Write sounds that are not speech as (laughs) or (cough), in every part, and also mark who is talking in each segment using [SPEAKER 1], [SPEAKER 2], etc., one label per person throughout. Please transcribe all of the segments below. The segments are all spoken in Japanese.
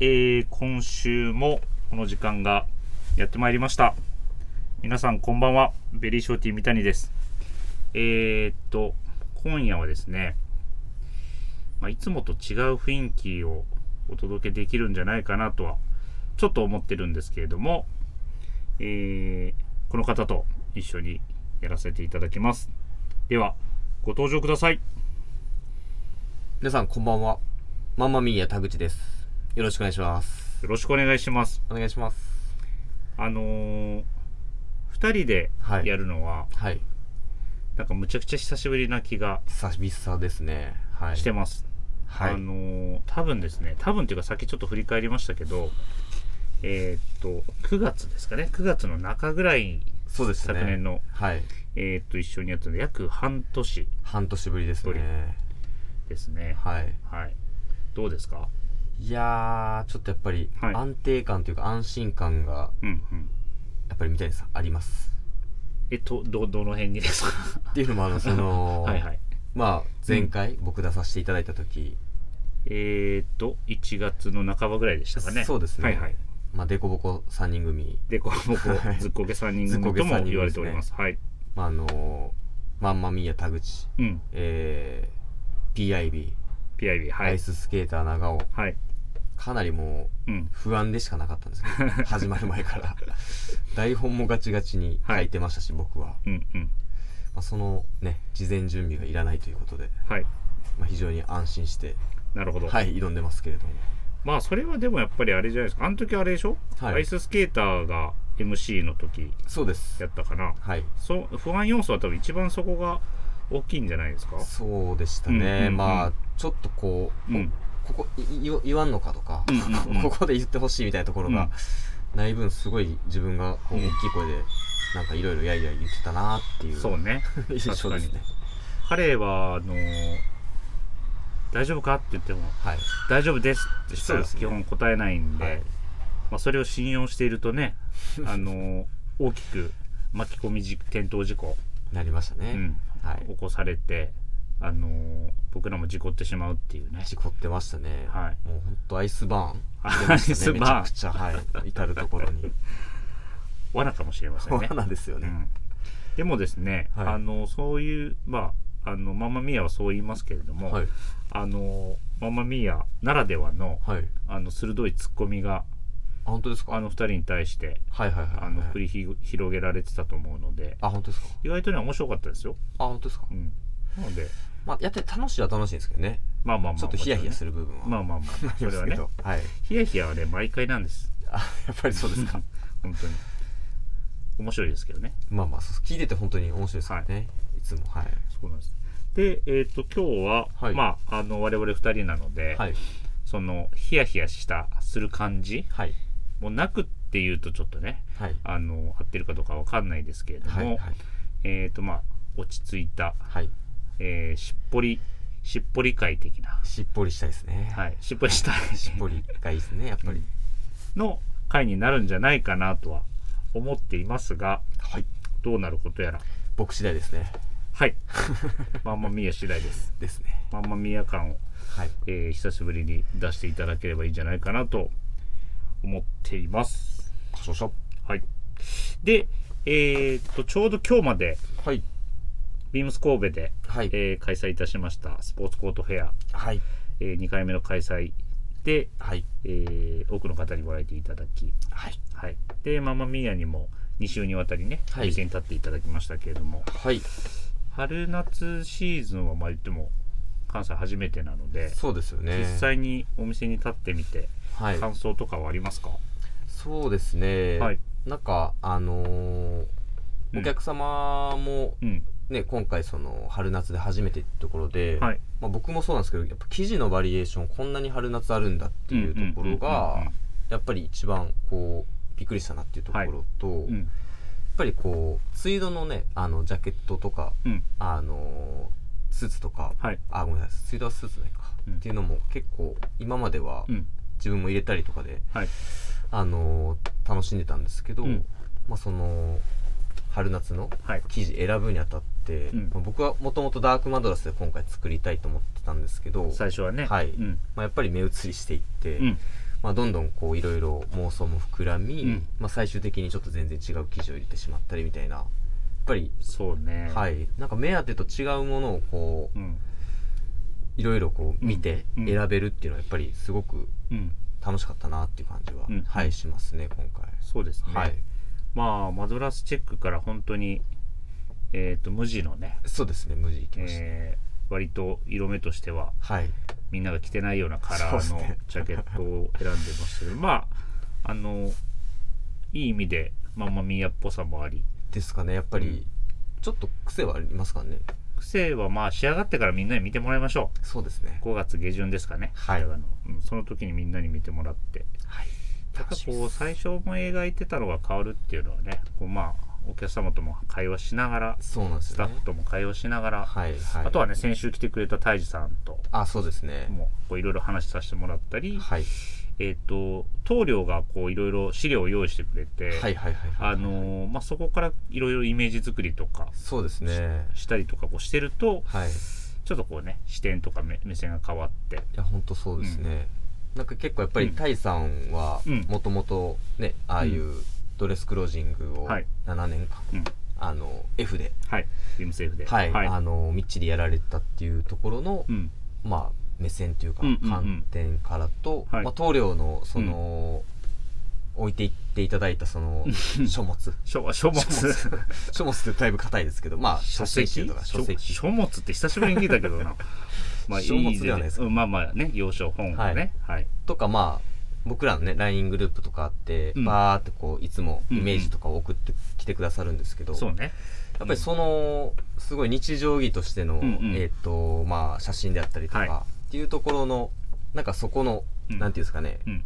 [SPEAKER 1] えー今週もこの時間がやってまいりました。皆さんこんばんは。ベリーショーティー三谷です。えーっと、今夜はですね、まあ、いつもと違う雰囲気をお届けできるんじゃないかなとは、ちょっと思ってるんですけれども、えーこの方と一緒にやらせていただきます。では、ご登場ください。
[SPEAKER 2] 皆さんこんばんは。マンマミーヤ田口です。よろしくお願いします。
[SPEAKER 1] よろしくお願いします。
[SPEAKER 2] お願いします。
[SPEAKER 1] あのー、2人で
[SPEAKER 2] はい
[SPEAKER 1] やるのは、
[SPEAKER 2] はい。
[SPEAKER 1] なんかむちゃくちゃ久しぶりな気が
[SPEAKER 2] 久々ですね。はい。
[SPEAKER 1] してます。
[SPEAKER 2] はい
[SPEAKER 1] あ。のー、多分ですね、多分っていうかさっきちょっと振り返りましたけど、えーっと、9月ですかね、9月の中ぐらい、
[SPEAKER 2] そうですね。
[SPEAKER 1] 昨年の、
[SPEAKER 2] はい。
[SPEAKER 1] えーっと、一緒にやったので、約半年
[SPEAKER 2] 半年ぶりです
[SPEAKER 1] ぶり
[SPEAKER 2] ね。
[SPEAKER 1] ですね。
[SPEAKER 2] はい。
[SPEAKER 1] はい。どうですか
[SPEAKER 2] いやー、ちょっとやっぱり
[SPEAKER 1] はい
[SPEAKER 2] 安定感というか安心感が
[SPEAKER 1] うんうん。
[SPEAKER 2] やっぱり三谷さんあります。
[SPEAKER 1] えっと、ど、どの辺にですか
[SPEAKER 2] っていうのもあの、その、
[SPEAKER 1] (laughs) はいはい。
[SPEAKER 2] まあ前回僕出させていただいた時、
[SPEAKER 1] えーっと、1月の半ばぐらいでしたかね。
[SPEAKER 2] そうですね
[SPEAKER 1] はいはい。
[SPEAKER 2] まあデコボコ3人組、
[SPEAKER 1] でこぼこ
[SPEAKER 2] はい
[SPEAKER 1] ずっこけ3人
[SPEAKER 2] ずっ
[SPEAKER 1] 組
[SPEAKER 2] こけ
[SPEAKER 1] と
[SPEAKER 2] 三人
[SPEAKER 1] も
[SPEAKER 2] 組
[SPEAKER 1] 言われております。はい。
[SPEAKER 2] まああのマンマミーヤ田口、
[SPEAKER 1] うん。
[SPEAKER 2] えー、PIB、
[SPEAKER 1] PIB。は
[SPEAKER 2] ア
[SPEAKER 1] い
[SPEAKER 2] イ。ススケーター長尾、
[SPEAKER 1] はい。
[SPEAKER 2] かなりもう
[SPEAKER 1] うん。
[SPEAKER 2] 不安でしかなかったんです
[SPEAKER 1] (laughs)
[SPEAKER 2] けど始まる前から台本もガチガチに書いてましたし、僕は、
[SPEAKER 1] うん。うん。
[SPEAKER 2] まあ、そのね事前準備がいらないということで、
[SPEAKER 1] はい。
[SPEAKER 2] まあ、非常に安心して
[SPEAKER 1] なるほど。
[SPEAKER 2] はい挑んでますけれども
[SPEAKER 1] まあ、それはでもやっぱりあれじゃないですか。あの時あれでしょ
[SPEAKER 2] はい
[SPEAKER 1] アイススケーターが MC の時
[SPEAKER 2] そうです
[SPEAKER 1] やったかな。
[SPEAKER 2] はい
[SPEAKER 1] そう、不安要素は多分一番そこが大きいんじゃないですか。
[SPEAKER 2] そうでした
[SPEAKER 1] うんうん
[SPEAKER 2] ね、
[SPEAKER 1] うん
[SPEAKER 2] まあちょっとこう、
[SPEAKER 1] うん。
[SPEAKER 2] こここいい言わんのかとか、
[SPEAKER 1] うんうんうん
[SPEAKER 2] (laughs) ここで言ってほしいみたいなところが、ない分すごい自分がこう大
[SPEAKER 1] うん
[SPEAKER 2] きい声でなんかいろいろやいやい言ってたなっていう
[SPEAKER 1] そうね。
[SPEAKER 2] 印象ですね
[SPEAKER 1] 彼は、あのー、大丈夫かって言っても、
[SPEAKER 2] はい
[SPEAKER 1] 大丈夫ですってし
[SPEAKER 2] そう
[SPEAKER 1] か
[SPEAKER 2] ですね
[SPEAKER 1] 基本答えないんで、
[SPEAKER 2] はい
[SPEAKER 1] まあ、それを信用していると
[SPEAKER 2] (laughs)
[SPEAKER 1] ね、あの大きく巻き込み事転倒事故、
[SPEAKER 2] なりましたね、
[SPEAKER 1] うん
[SPEAKER 2] はい
[SPEAKER 1] 起こされて、あの僕らも事故ってしまうっていうね。
[SPEAKER 2] 事故ってましたね、
[SPEAKER 1] はい
[SPEAKER 2] もう本当アイスバーン
[SPEAKER 1] (laughs) アイス
[SPEAKER 2] 出ましたね
[SPEAKER 1] バーン
[SPEAKER 2] めちゃくちゃはい至る
[SPEAKER 1] (laughs)
[SPEAKER 2] 所に
[SPEAKER 1] 罠かもしれませんね。
[SPEAKER 2] 罠ですよ
[SPEAKER 1] う
[SPEAKER 2] ね、
[SPEAKER 1] ん、でもですね、
[SPEAKER 2] はい
[SPEAKER 1] あのそういう、まあ、あのママミーヤはそう言いますけれども、
[SPEAKER 2] はい
[SPEAKER 1] あのママミーヤならではの
[SPEAKER 2] はい
[SPEAKER 1] あの鋭いツッコミが
[SPEAKER 2] あ本当ですか
[SPEAKER 1] あの二人に対して
[SPEAKER 2] はいはいはい
[SPEAKER 1] あの
[SPEAKER 2] はい
[SPEAKER 1] 繰りひ広げられてたと思うので
[SPEAKER 2] あ本当ですか
[SPEAKER 1] 意外とね面白かったですよ。
[SPEAKER 2] あ本当ですか、
[SPEAKER 1] うん、なので
[SPEAKER 2] まあやって楽しいは楽しいんですけどね
[SPEAKER 1] まあまあまあ、
[SPEAKER 2] ちょっとヒヤヒヤす
[SPEAKER 1] る。
[SPEAKER 2] る部分は、
[SPEAKER 1] ま
[SPEAKER 2] (laughs)
[SPEAKER 1] あまあまあ、
[SPEAKER 2] り
[SPEAKER 1] そ
[SPEAKER 2] ま
[SPEAKER 1] れ
[SPEAKER 2] す
[SPEAKER 1] は
[SPEAKER 2] け
[SPEAKER 1] ね
[SPEAKER 2] ど。はい
[SPEAKER 1] ヒヤヒヤはね、毎回なん
[SPEAKER 2] (laughs)
[SPEAKER 1] です。
[SPEAKER 2] あやっぱりそうですか
[SPEAKER 1] 本当に。面白いですけどね。
[SPEAKER 2] まあまあそう聞いてて本当に面白いですからね、い、つもはい
[SPEAKER 1] そうなんです。で、えっ、と、今日は、
[SPEAKER 2] はい
[SPEAKER 1] まあ、あの、我々二人なので、
[SPEAKER 2] はい
[SPEAKER 1] その、ヒヤヒヤした、する感じ
[SPEAKER 2] はい
[SPEAKER 1] もうなくっていうと、ちょっとね、
[SPEAKER 2] はい
[SPEAKER 1] あの、合ってるかどうかわかんないですけれども、
[SPEAKER 2] はいはい
[SPEAKER 1] えっ、と、まあ、落ち着いた、
[SPEAKER 2] はい
[SPEAKER 1] えーしっぽり、しっぽり会的な、
[SPEAKER 2] しっぽりしたいですね、
[SPEAKER 1] はい、しっぽりしたい
[SPEAKER 2] しっぽりがいいですねやっぱり、
[SPEAKER 1] うんの会になるんじゃないかなとは思っていますが、
[SPEAKER 2] はい
[SPEAKER 1] どうなることやら。
[SPEAKER 2] 僕次第ですね
[SPEAKER 1] はい。 (laughs) マンマミヤ次第です。
[SPEAKER 2] ですね
[SPEAKER 1] マンマミヤ感を、
[SPEAKER 2] はい
[SPEAKER 1] えー久しぶりに出していただければいいんじゃないかなと思っています。
[SPEAKER 2] 故障者
[SPEAKER 1] はい。で、えーっと、ちょうど今日まで、
[SPEAKER 2] はい
[SPEAKER 1] ビームス神戸で、
[SPEAKER 2] はい、
[SPEAKER 1] えー開催いたしましたスポーツコートフェア、
[SPEAKER 2] はい
[SPEAKER 1] え2回目の開催で、
[SPEAKER 2] はい
[SPEAKER 1] えー多くの方にご来店いただき、
[SPEAKER 2] はい
[SPEAKER 1] はい。で、ママミヤにも2週にわたりね、お
[SPEAKER 2] はい
[SPEAKER 1] 店に立っていただきましたけれども、
[SPEAKER 2] はい
[SPEAKER 1] 春夏シーズンはまあ言っても関西初めてなので、
[SPEAKER 2] そうですよね
[SPEAKER 1] 実際にお店に立ってみて
[SPEAKER 2] はい
[SPEAKER 1] 感想とかはありますか、
[SPEAKER 2] そうですね、
[SPEAKER 1] はい
[SPEAKER 2] なんかあのー
[SPEAKER 1] うん
[SPEAKER 2] お客様も
[SPEAKER 1] うん
[SPEAKER 2] ね、今回その春夏で初めてってところで、
[SPEAKER 1] はい
[SPEAKER 2] まあ、僕もそうなんですけどやっぱ生地のバリエーションこんなに春夏あるんだっていうと
[SPEAKER 1] うんう
[SPEAKER 2] ころ
[SPEAKER 1] んうんうん
[SPEAKER 2] がやっぱり一番こうびっくりしたなっていうところと、
[SPEAKER 1] う
[SPEAKER 2] やっ
[SPEAKER 1] ん
[SPEAKER 2] ぱりこうツイードのねあのジャケットとか、
[SPEAKER 1] うん
[SPEAKER 2] あのースーツとか、
[SPEAKER 1] はい
[SPEAKER 2] あごめんなさいツイードはスーツないか、
[SPEAKER 1] うん
[SPEAKER 2] っていうのも結構今までは
[SPEAKER 1] うん
[SPEAKER 2] 自分も入れたりとかで、
[SPEAKER 1] はい
[SPEAKER 2] あのー楽しんでたんですけど、
[SPEAKER 1] うん
[SPEAKER 2] まあ、その春夏の
[SPEAKER 1] はい
[SPEAKER 2] 生地選ぶにあたって、
[SPEAKER 1] うん
[SPEAKER 2] まあ僕はもともとダークマドラスで今回作りたいと思ってたんですけど、
[SPEAKER 1] 最初はね
[SPEAKER 2] はい
[SPEAKER 1] うん
[SPEAKER 2] まあ、やっぱり目移りしていって、
[SPEAKER 1] うん
[SPEAKER 2] まあ、どんどんこういろいろ妄想も膨らみ、
[SPEAKER 1] うん
[SPEAKER 2] まあ、最終的にちょっと全然違う記事を入れてしまったりみたいなやっぱり、
[SPEAKER 1] そうね。。
[SPEAKER 2] はいいなんか目当てと違うものをこう
[SPEAKER 1] うん。
[SPEAKER 2] いろいろこう見て
[SPEAKER 1] うん
[SPEAKER 2] 選べるっていうのはやっぱりすごく
[SPEAKER 1] うん。
[SPEAKER 2] 楽しかったなっていう感じは、
[SPEAKER 1] うん
[SPEAKER 2] はいしますね今回。
[SPEAKER 1] そうですね。
[SPEAKER 2] はい、
[SPEAKER 1] まあ、マドラスチェックから本当に、えっ、と、無地のね、
[SPEAKER 2] そうですね無事行きました、
[SPEAKER 1] えー割と色目としては、
[SPEAKER 2] はい
[SPEAKER 1] みんなが着てないようなカラー
[SPEAKER 2] そう
[SPEAKER 1] の
[SPEAKER 2] ですね
[SPEAKER 1] ジャケットを選んでましたけど、まあ、あの、いい意味で、マンマミーヤっぽさもあり、
[SPEAKER 2] ですかねやっぱり、
[SPEAKER 1] うん
[SPEAKER 2] ちょっと癖はありますかね
[SPEAKER 1] 癖はまあ、仕上がってからみんなに見てもらいましょ
[SPEAKER 2] そうですね
[SPEAKER 1] う。5月下旬ですかね。
[SPEAKER 2] はい
[SPEAKER 1] 映画のうんその時にみんなに見てもらって。
[SPEAKER 2] はい
[SPEAKER 1] ただこう最初も描いてたのが変わるっていうのはねこうまあお客様とも会話しながら
[SPEAKER 2] そうなんです
[SPEAKER 1] スタ
[SPEAKER 2] よ
[SPEAKER 1] ッ
[SPEAKER 2] ね
[SPEAKER 1] フとも会話しながら、
[SPEAKER 2] はいはい
[SPEAKER 1] あとはね先週来てくれた泰治さんと
[SPEAKER 2] あそうですね
[SPEAKER 1] もこういろいろ話させてもらったり、
[SPEAKER 2] はい
[SPEAKER 1] えっ、と棟梁がこういろいろ資料を用意してくれて、
[SPEAKER 2] はいはいはいはい
[SPEAKER 1] あのーまあ、そこからいろいろイメージ作りとか
[SPEAKER 2] そうですね
[SPEAKER 1] したりとかこうしてると
[SPEAKER 2] はいい
[SPEAKER 1] ちょっとこうね視点とか目目線が変わって
[SPEAKER 2] や本当そうですね、なんか結構やっぱ
[SPEAKER 1] う
[SPEAKER 2] り
[SPEAKER 1] ん
[SPEAKER 2] タイさんは
[SPEAKER 1] うん
[SPEAKER 2] もともとねああいうドレスクロージングを
[SPEAKER 1] はい
[SPEAKER 2] 7年間、
[SPEAKER 1] うん
[SPEAKER 2] あの F で、
[SPEAKER 1] はいゲームセーフで
[SPEAKER 2] はい
[SPEAKER 1] はい
[SPEAKER 2] あのみっちりやられたっていうところの、
[SPEAKER 1] うん
[SPEAKER 2] まあ目線というか
[SPEAKER 1] うんうんうん
[SPEAKER 2] 観点からと、
[SPEAKER 1] はい
[SPEAKER 2] まあ、棟梁のその、置いていっていただいた
[SPEAKER 1] (laughs)
[SPEAKER 2] その書物
[SPEAKER 1] 書書物
[SPEAKER 2] 書物書物ってだいぶ硬いですけどまあ書籍とか書籍
[SPEAKER 1] 書書物って久しぶりに聞いたけど
[SPEAKER 2] (laughs)
[SPEAKER 1] なまあ
[SPEAKER 2] 書物ではないですか
[SPEAKER 1] うんまあまあね洋書本をねはい
[SPEAKER 2] とかまあ僕らのね LINE グループとかあって、
[SPEAKER 1] うん
[SPEAKER 2] バーってこういつも
[SPEAKER 1] うん
[SPEAKER 2] イ
[SPEAKER 1] うん
[SPEAKER 2] メージとかを送ってきてくださるんですけど、
[SPEAKER 1] そう
[SPEAKER 2] や
[SPEAKER 1] ね
[SPEAKER 2] っぱりそのすごい日常着としての、
[SPEAKER 1] うんうん
[SPEAKER 2] えっ、とまあ写真であったりとか、
[SPEAKER 1] は
[SPEAKER 2] っていうところのなんかそこの、
[SPEAKER 1] うん
[SPEAKER 2] なんていうんですかね、
[SPEAKER 1] うん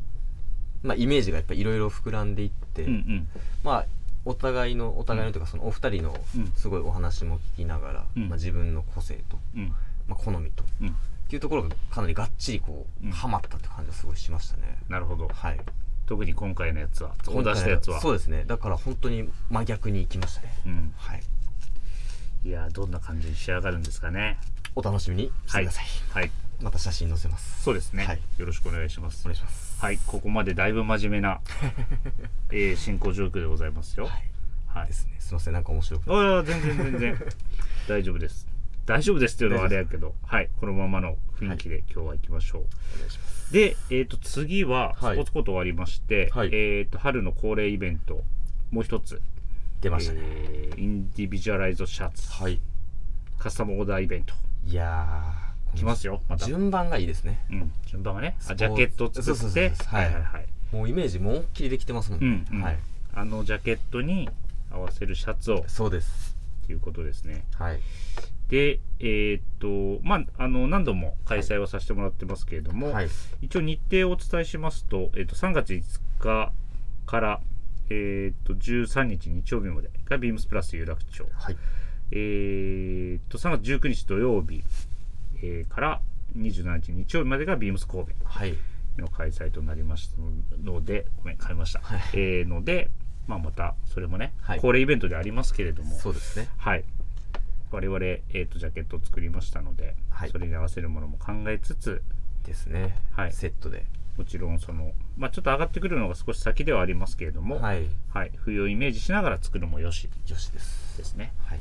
[SPEAKER 2] まあイメージがやっぱいろいろ膨らんでいって、
[SPEAKER 1] うんうん
[SPEAKER 2] まあお互いのお互いのというかそのお二人の
[SPEAKER 1] うん
[SPEAKER 2] すごいお話も聞きながら、
[SPEAKER 1] うん
[SPEAKER 2] まあ、自分の個性と、
[SPEAKER 1] うん
[SPEAKER 2] まあ、好みと、
[SPEAKER 1] うん
[SPEAKER 2] っていうところがかなりがっちりこう、
[SPEAKER 1] うん
[SPEAKER 2] はまったって感じがすごいしましたね。
[SPEAKER 1] なるほど
[SPEAKER 2] はい、
[SPEAKER 1] 特に今回のやつはオーダーしたやつは
[SPEAKER 2] そうですねだから本当に真逆に行きましたね
[SPEAKER 1] うん
[SPEAKER 2] はい
[SPEAKER 1] いやーどんな感じに仕上がるんですかね
[SPEAKER 2] お楽しみにしてください、
[SPEAKER 1] はい
[SPEAKER 2] また写真載せます
[SPEAKER 1] そうですね
[SPEAKER 2] はい
[SPEAKER 1] よろしくお願いします
[SPEAKER 2] お願いします
[SPEAKER 1] はいここまでだいぶ真面目
[SPEAKER 2] (laughs)
[SPEAKER 1] なえー進行状況でございますよ
[SPEAKER 2] はい
[SPEAKER 1] はい
[SPEAKER 2] ですねすいませんなんか面白くない
[SPEAKER 1] ああ全然全
[SPEAKER 2] (laughs)
[SPEAKER 1] 然大丈夫です大丈夫ですっていうのはあれやけどはいこのままの雰囲気で今日は行きましょう、
[SPEAKER 2] お願いします
[SPEAKER 1] で、えー、と次はスポ
[SPEAKER 2] はい
[SPEAKER 1] ーツコート終わりまして、
[SPEAKER 2] はい
[SPEAKER 1] えー、と春の恒例イベントもう一つ、
[SPEAKER 2] 出ましたね、
[SPEAKER 1] えーインディビジュアライズドシャツ
[SPEAKER 2] はい
[SPEAKER 1] カスタムオーダーイベント
[SPEAKER 2] いやー
[SPEAKER 1] 来ますよまた、う
[SPEAKER 2] 順番がいいですね
[SPEAKER 1] ん、順番がね
[SPEAKER 2] スポー
[SPEAKER 1] あジ
[SPEAKER 2] ツ
[SPEAKER 1] ャケットを
[SPEAKER 2] そう
[SPEAKER 1] 作
[SPEAKER 2] そう
[SPEAKER 1] っ
[SPEAKER 2] そう
[SPEAKER 1] て
[SPEAKER 2] そう
[SPEAKER 1] は
[SPEAKER 2] はいい
[SPEAKER 1] はいはい
[SPEAKER 2] もうイメージもうっきりできてますもんね、
[SPEAKER 1] うんうん
[SPEAKER 2] はい
[SPEAKER 1] あのジャケットに合わせるシャツを
[SPEAKER 2] そうです
[SPEAKER 1] ということですね
[SPEAKER 2] はい
[SPEAKER 1] でえっ、とまああの何度も開催はさせてもらってますけれども、
[SPEAKER 2] はい
[SPEAKER 1] 一応日程をお伝えしますと,、えー、と3月5日から、えー、と13日日曜日までがビームスプラス有楽町、
[SPEAKER 2] はい
[SPEAKER 1] えー、と3月19日土曜日、えーから27日日曜日までがビームス神戸
[SPEAKER 2] はい
[SPEAKER 1] の開催となりましたのでごめん買いました、
[SPEAKER 2] はい
[SPEAKER 1] えーので、まあ、またそれもね、
[SPEAKER 2] はい
[SPEAKER 1] 恒例イベントでありますけれども
[SPEAKER 2] そうですね
[SPEAKER 1] はい我々、えー、とジャケットを作りましたので、
[SPEAKER 2] はい
[SPEAKER 1] それに合わせるものも考えつつ
[SPEAKER 2] ですね、
[SPEAKER 1] はい
[SPEAKER 2] セットで
[SPEAKER 1] もちろんその、まあ、ちょっと上がってくるのが少し先ではありますけれども、はい
[SPEAKER 2] はい
[SPEAKER 1] 冬をイメージしながら作るもよし
[SPEAKER 2] 女子です
[SPEAKER 1] ですね
[SPEAKER 2] はい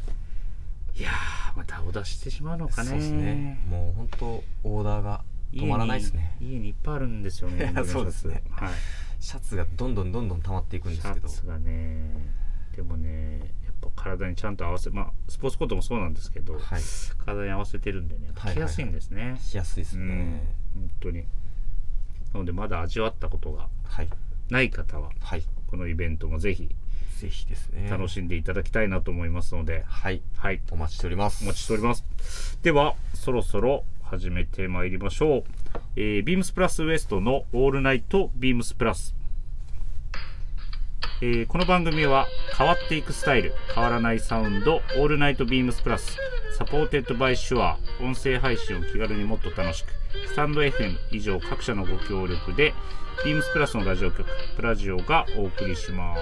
[SPEAKER 1] いやーまたお出ししてしまうのかね
[SPEAKER 2] そうですねもう本当オーダーが
[SPEAKER 1] 家
[SPEAKER 2] 止
[SPEAKER 1] に
[SPEAKER 2] まらないですね
[SPEAKER 1] 家にいっぱいあるんですよ
[SPEAKER 2] (laughs)
[SPEAKER 1] ね
[SPEAKER 2] そうですね
[SPEAKER 1] はい、
[SPEAKER 2] シャツがどんどんどんどん溜まっていくんで
[SPEAKER 1] シ
[SPEAKER 2] すけ
[SPEAKER 1] ャ
[SPEAKER 2] ど
[SPEAKER 1] ツがねでもねやっぱ体にちゃんと合わせまあスポーツコートもそうなんですけど、
[SPEAKER 2] はい
[SPEAKER 1] 体に合わせてるんでねやっぱ着やすいんですね、
[SPEAKER 2] しやすいです
[SPEAKER 1] うん
[SPEAKER 2] ね
[SPEAKER 1] 本当になのでまだ味わったことが
[SPEAKER 2] はい
[SPEAKER 1] ない方は
[SPEAKER 2] はい
[SPEAKER 1] このイベントもぜひ
[SPEAKER 2] ぜひですね
[SPEAKER 1] 楽
[SPEAKER 2] い
[SPEAKER 1] しんでいただきたいなと思いますので、
[SPEAKER 2] はい
[SPEAKER 1] はい、
[SPEAKER 2] お待ちしております
[SPEAKER 1] お待ちしております。では、そろそろ始めてまいりましょう。えー、ビームスプラスウエストのオールナイトビームスプラス。えーこの番組は変わっていくスタイル変わらないサウンドオールナイトビームスプラスサポーテッドバイシュア音声配信を気軽にもっと楽しくスタンド FM 以上各社のご協力でビームスプラスのラジオ局プラジオがお送りします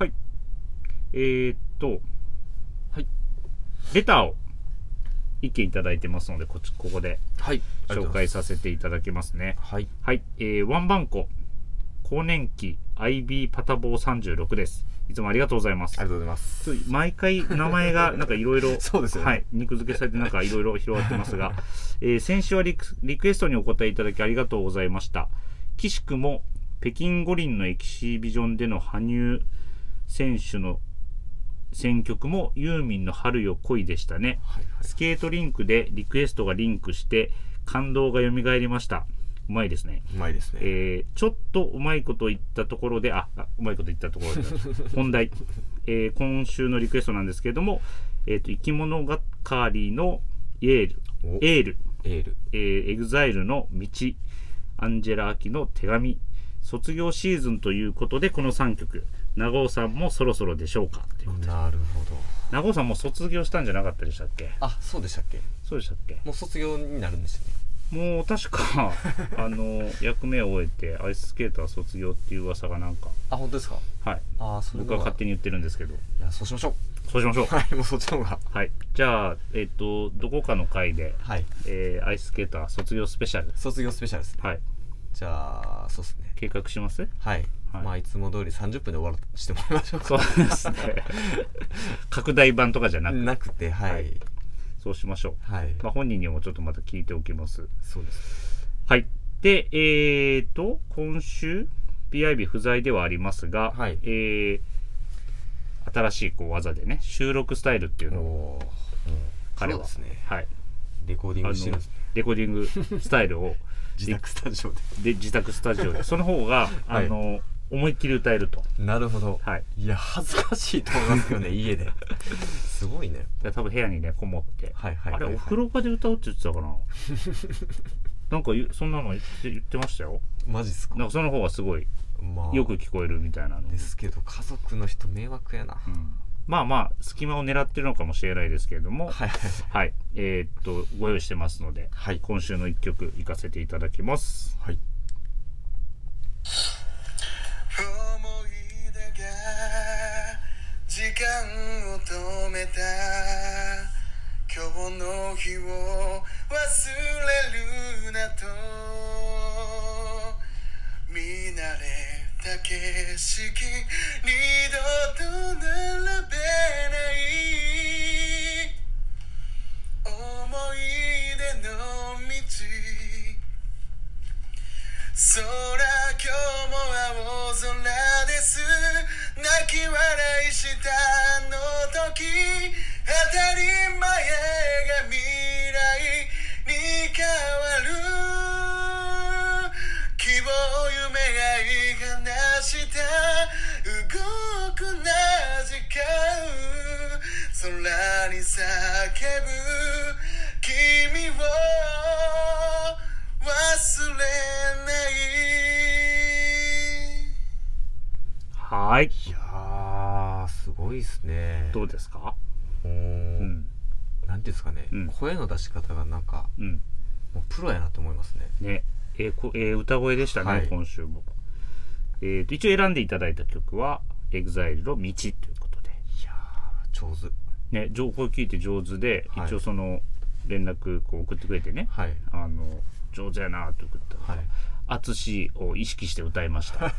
[SPEAKER 1] はいえー、っと
[SPEAKER 2] はい
[SPEAKER 1] レターを意見いただいてますのでこっちここで
[SPEAKER 2] はい
[SPEAKER 1] 紹介させていただきますね
[SPEAKER 2] はい
[SPEAKER 1] はい、えーワンバンコ更年期 IB パタボー36ですいつもありがとうございます
[SPEAKER 2] ありがとうございます
[SPEAKER 1] ちょっと毎回名前がなんかいろいろ
[SPEAKER 2] (laughs) そうですよね
[SPEAKER 1] はい、肉付けされてなんかいろいろ広がってます
[SPEAKER 2] (laughs)
[SPEAKER 1] が、えー先週はリクリクエストにお答えいただきありがとうございました岸くも北京五輪のエキシビジョンでの羽生選手の選曲もユーミンの「春よ恋」でしたね
[SPEAKER 2] はいはい
[SPEAKER 1] スケートリンクでリクエストがリンクして感動が蘇りましたうまいですね
[SPEAKER 2] うまいですね、
[SPEAKER 1] えーちょっとうまいこと言ったところで、あ、あうまいこと言ったところで、本題、えー今週のリクエストなんですけれども、えーと、生き物がかりのイエール、
[SPEAKER 2] お
[SPEAKER 1] エール、
[SPEAKER 2] エール
[SPEAKER 1] えーエグザイルの道、アンジェラ・アキの手紙、卒業シーズンということで、この3曲、長尾さんもそろそろでしょうかということで
[SPEAKER 2] なるほど
[SPEAKER 1] 長尾さんもう卒業したんじゃなかったでしたっけ
[SPEAKER 2] あそうでしたっけ
[SPEAKER 1] そうでしたっけ
[SPEAKER 2] もう卒業になるんですよね
[SPEAKER 1] もう確かあの役目を終えてアイススケーター卒業っていう噂がなんか
[SPEAKER 2] あ本当ですか
[SPEAKER 1] はい
[SPEAKER 2] ああそれ
[SPEAKER 1] 僕は勝手
[SPEAKER 2] に
[SPEAKER 1] に言ってるんですけど
[SPEAKER 2] いやそう (laughs) しましょ
[SPEAKER 1] そうしましょう
[SPEAKER 2] うはいもうそっちの方が
[SPEAKER 1] はいじゃあえっ、とどこかの回で、
[SPEAKER 2] はい
[SPEAKER 1] えーアイススケーター卒業スペシャル
[SPEAKER 2] 卒業スペシャルですね
[SPEAKER 1] はい
[SPEAKER 2] じゃあそうですね
[SPEAKER 1] 計画します
[SPEAKER 2] はい、
[SPEAKER 1] はい
[SPEAKER 2] まあいつも通り30分で終わらしてもらいましょうか
[SPEAKER 1] そう
[SPEAKER 2] (laughs)
[SPEAKER 1] ですね拡大版とかじゃなく
[SPEAKER 2] なくてはい
[SPEAKER 1] そうしましょう、
[SPEAKER 2] はい、
[SPEAKER 1] まあ、本人にもちょっとまた聞いておきます
[SPEAKER 2] そうです
[SPEAKER 1] はいでえっ、と今週 PIB 不在ではありますが、
[SPEAKER 2] はい
[SPEAKER 1] えー新しいこう技でね収録スタイルっていうのを
[SPEAKER 2] おー
[SPEAKER 1] 彼は
[SPEAKER 2] そうですね
[SPEAKER 1] はい
[SPEAKER 2] レコーディン
[SPEAKER 1] あの
[SPEAKER 2] グしてるんですね
[SPEAKER 1] レコーディングスタイルを
[SPEAKER 2] 自宅スタジオで
[SPEAKER 1] で自宅スタジオ
[SPEAKER 2] (laughs)
[SPEAKER 1] でその方が、
[SPEAKER 2] はい
[SPEAKER 1] あの思いっきり歌えると、
[SPEAKER 2] なるほど、
[SPEAKER 1] はい、
[SPEAKER 2] い、や恥ずかしいと思いますよ
[SPEAKER 1] (laughs)
[SPEAKER 2] ね家ですごいね
[SPEAKER 1] で多分部屋にねこもって、
[SPEAKER 2] はいはいはい
[SPEAKER 1] あ
[SPEAKER 2] はい
[SPEAKER 1] れお風呂場で歌うって言ってた
[SPEAKER 2] (laughs)
[SPEAKER 1] かななんかゆそんなの言って言ってましたよ
[SPEAKER 2] マジっすか
[SPEAKER 1] なんかその方がすごい
[SPEAKER 2] まあ
[SPEAKER 1] よく聞こえるみたいなの
[SPEAKER 2] ですけど家族の人迷惑やな、
[SPEAKER 1] うんまあまあ隙間を狙ってるのかもしれないですけれどもは
[SPEAKER 2] はいはい
[SPEAKER 1] い、えーっとご用意してますので
[SPEAKER 2] はい
[SPEAKER 1] 今週の1曲いかせていただきます
[SPEAKER 2] はい
[SPEAKER 3] 思い出が時間を止めた今日の日を忘れるなと見慣れた景色二度と並べない思い出の道空今日も青空です泣き笑いしたあの時当たり前が未来に変わる希望夢がい放した動くな時間空に叫ぶ君を忘れない
[SPEAKER 1] はい
[SPEAKER 2] いやーすごいっすね
[SPEAKER 1] どうですか
[SPEAKER 2] おー
[SPEAKER 1] うん
[SPEAKER 2] なんていうんですかね、
[SPEAKER 1] うん
[SPEAKER 2] 声の出し方がなんか
[SPEAKER 1] うん
[SPEAKER 2] もうプロやなと思いますね
[SPEAKER 1] ねえーこえー歌声でしたね、
[SPEAKER 2] はい
[SPEAKER 1] 今週も、えーと一応選んでいただいた曲は「EXILE の道」ということで、
[SPEAKER 2] いやー上手
[SPEAKER 1] ね、情報を聞いて上手で、
[SPEAKER 2] はい
[SPEAKER 1] 一応その連絡こう送ってくれてね
[SPEAKER 2] はい
[SPEAKER 1] 「あの上手やな」と送った
[SPEAKER 2] はい
[SPEAKER 1] 「淳、を意識して歌いま
[SPEAKER 2] (laughs)
[SPEAKER 1] した」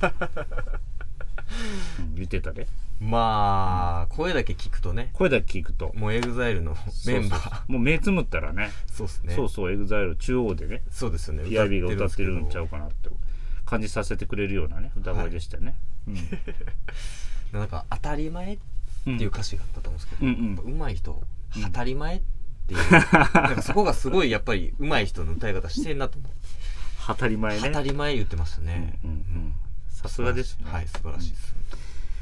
[SPEAKER 1] うん言ってたで
[SPEAKER 2] まあ声だけ聞くとね
[SPEAKER 1] 声だけ聞くと
[SPEAKER 2] もうエグザイルのメンバ
[SPEAKER 1] そうそう
[SPEAKER 2] ー
[SPEAKER 1] そうもう目つむったらね
[SPEAKER 2] そうですね
[SPEAKER 1] そうそう EXILE 中央でね
[SPEAKER 2] そうですよね
[SPEAKER 1] PIB が歌ってるんちゃう
[SPEAKER 2] か
[SPEAKER 1] かなって感じさせてくれるようなね歌声でしたよね、うん
[SPEAKER 2] なんか「当たり前」っていう歌詞があったと思うんですけど、
[SPEAKER 1] うんうんうん
[SPEAKER 2] やっぱ上手い人「当たり前」っ
[SPEAKER 1] (laughs)
[SPEAKER 2] ていう、なんかそこがすごいやっぱり上手い人の歌い方してんなと思って
[SPEAKER 1] 当たり
[SPEAKER 2] 「
[SPEAKER 1] 前ね
[SPEAKER 2] 当たり前」言ってましたね、
[SPEAKER 1] うんうんうんさすがですね
[SPEAKER 2] はい素晴らしいです、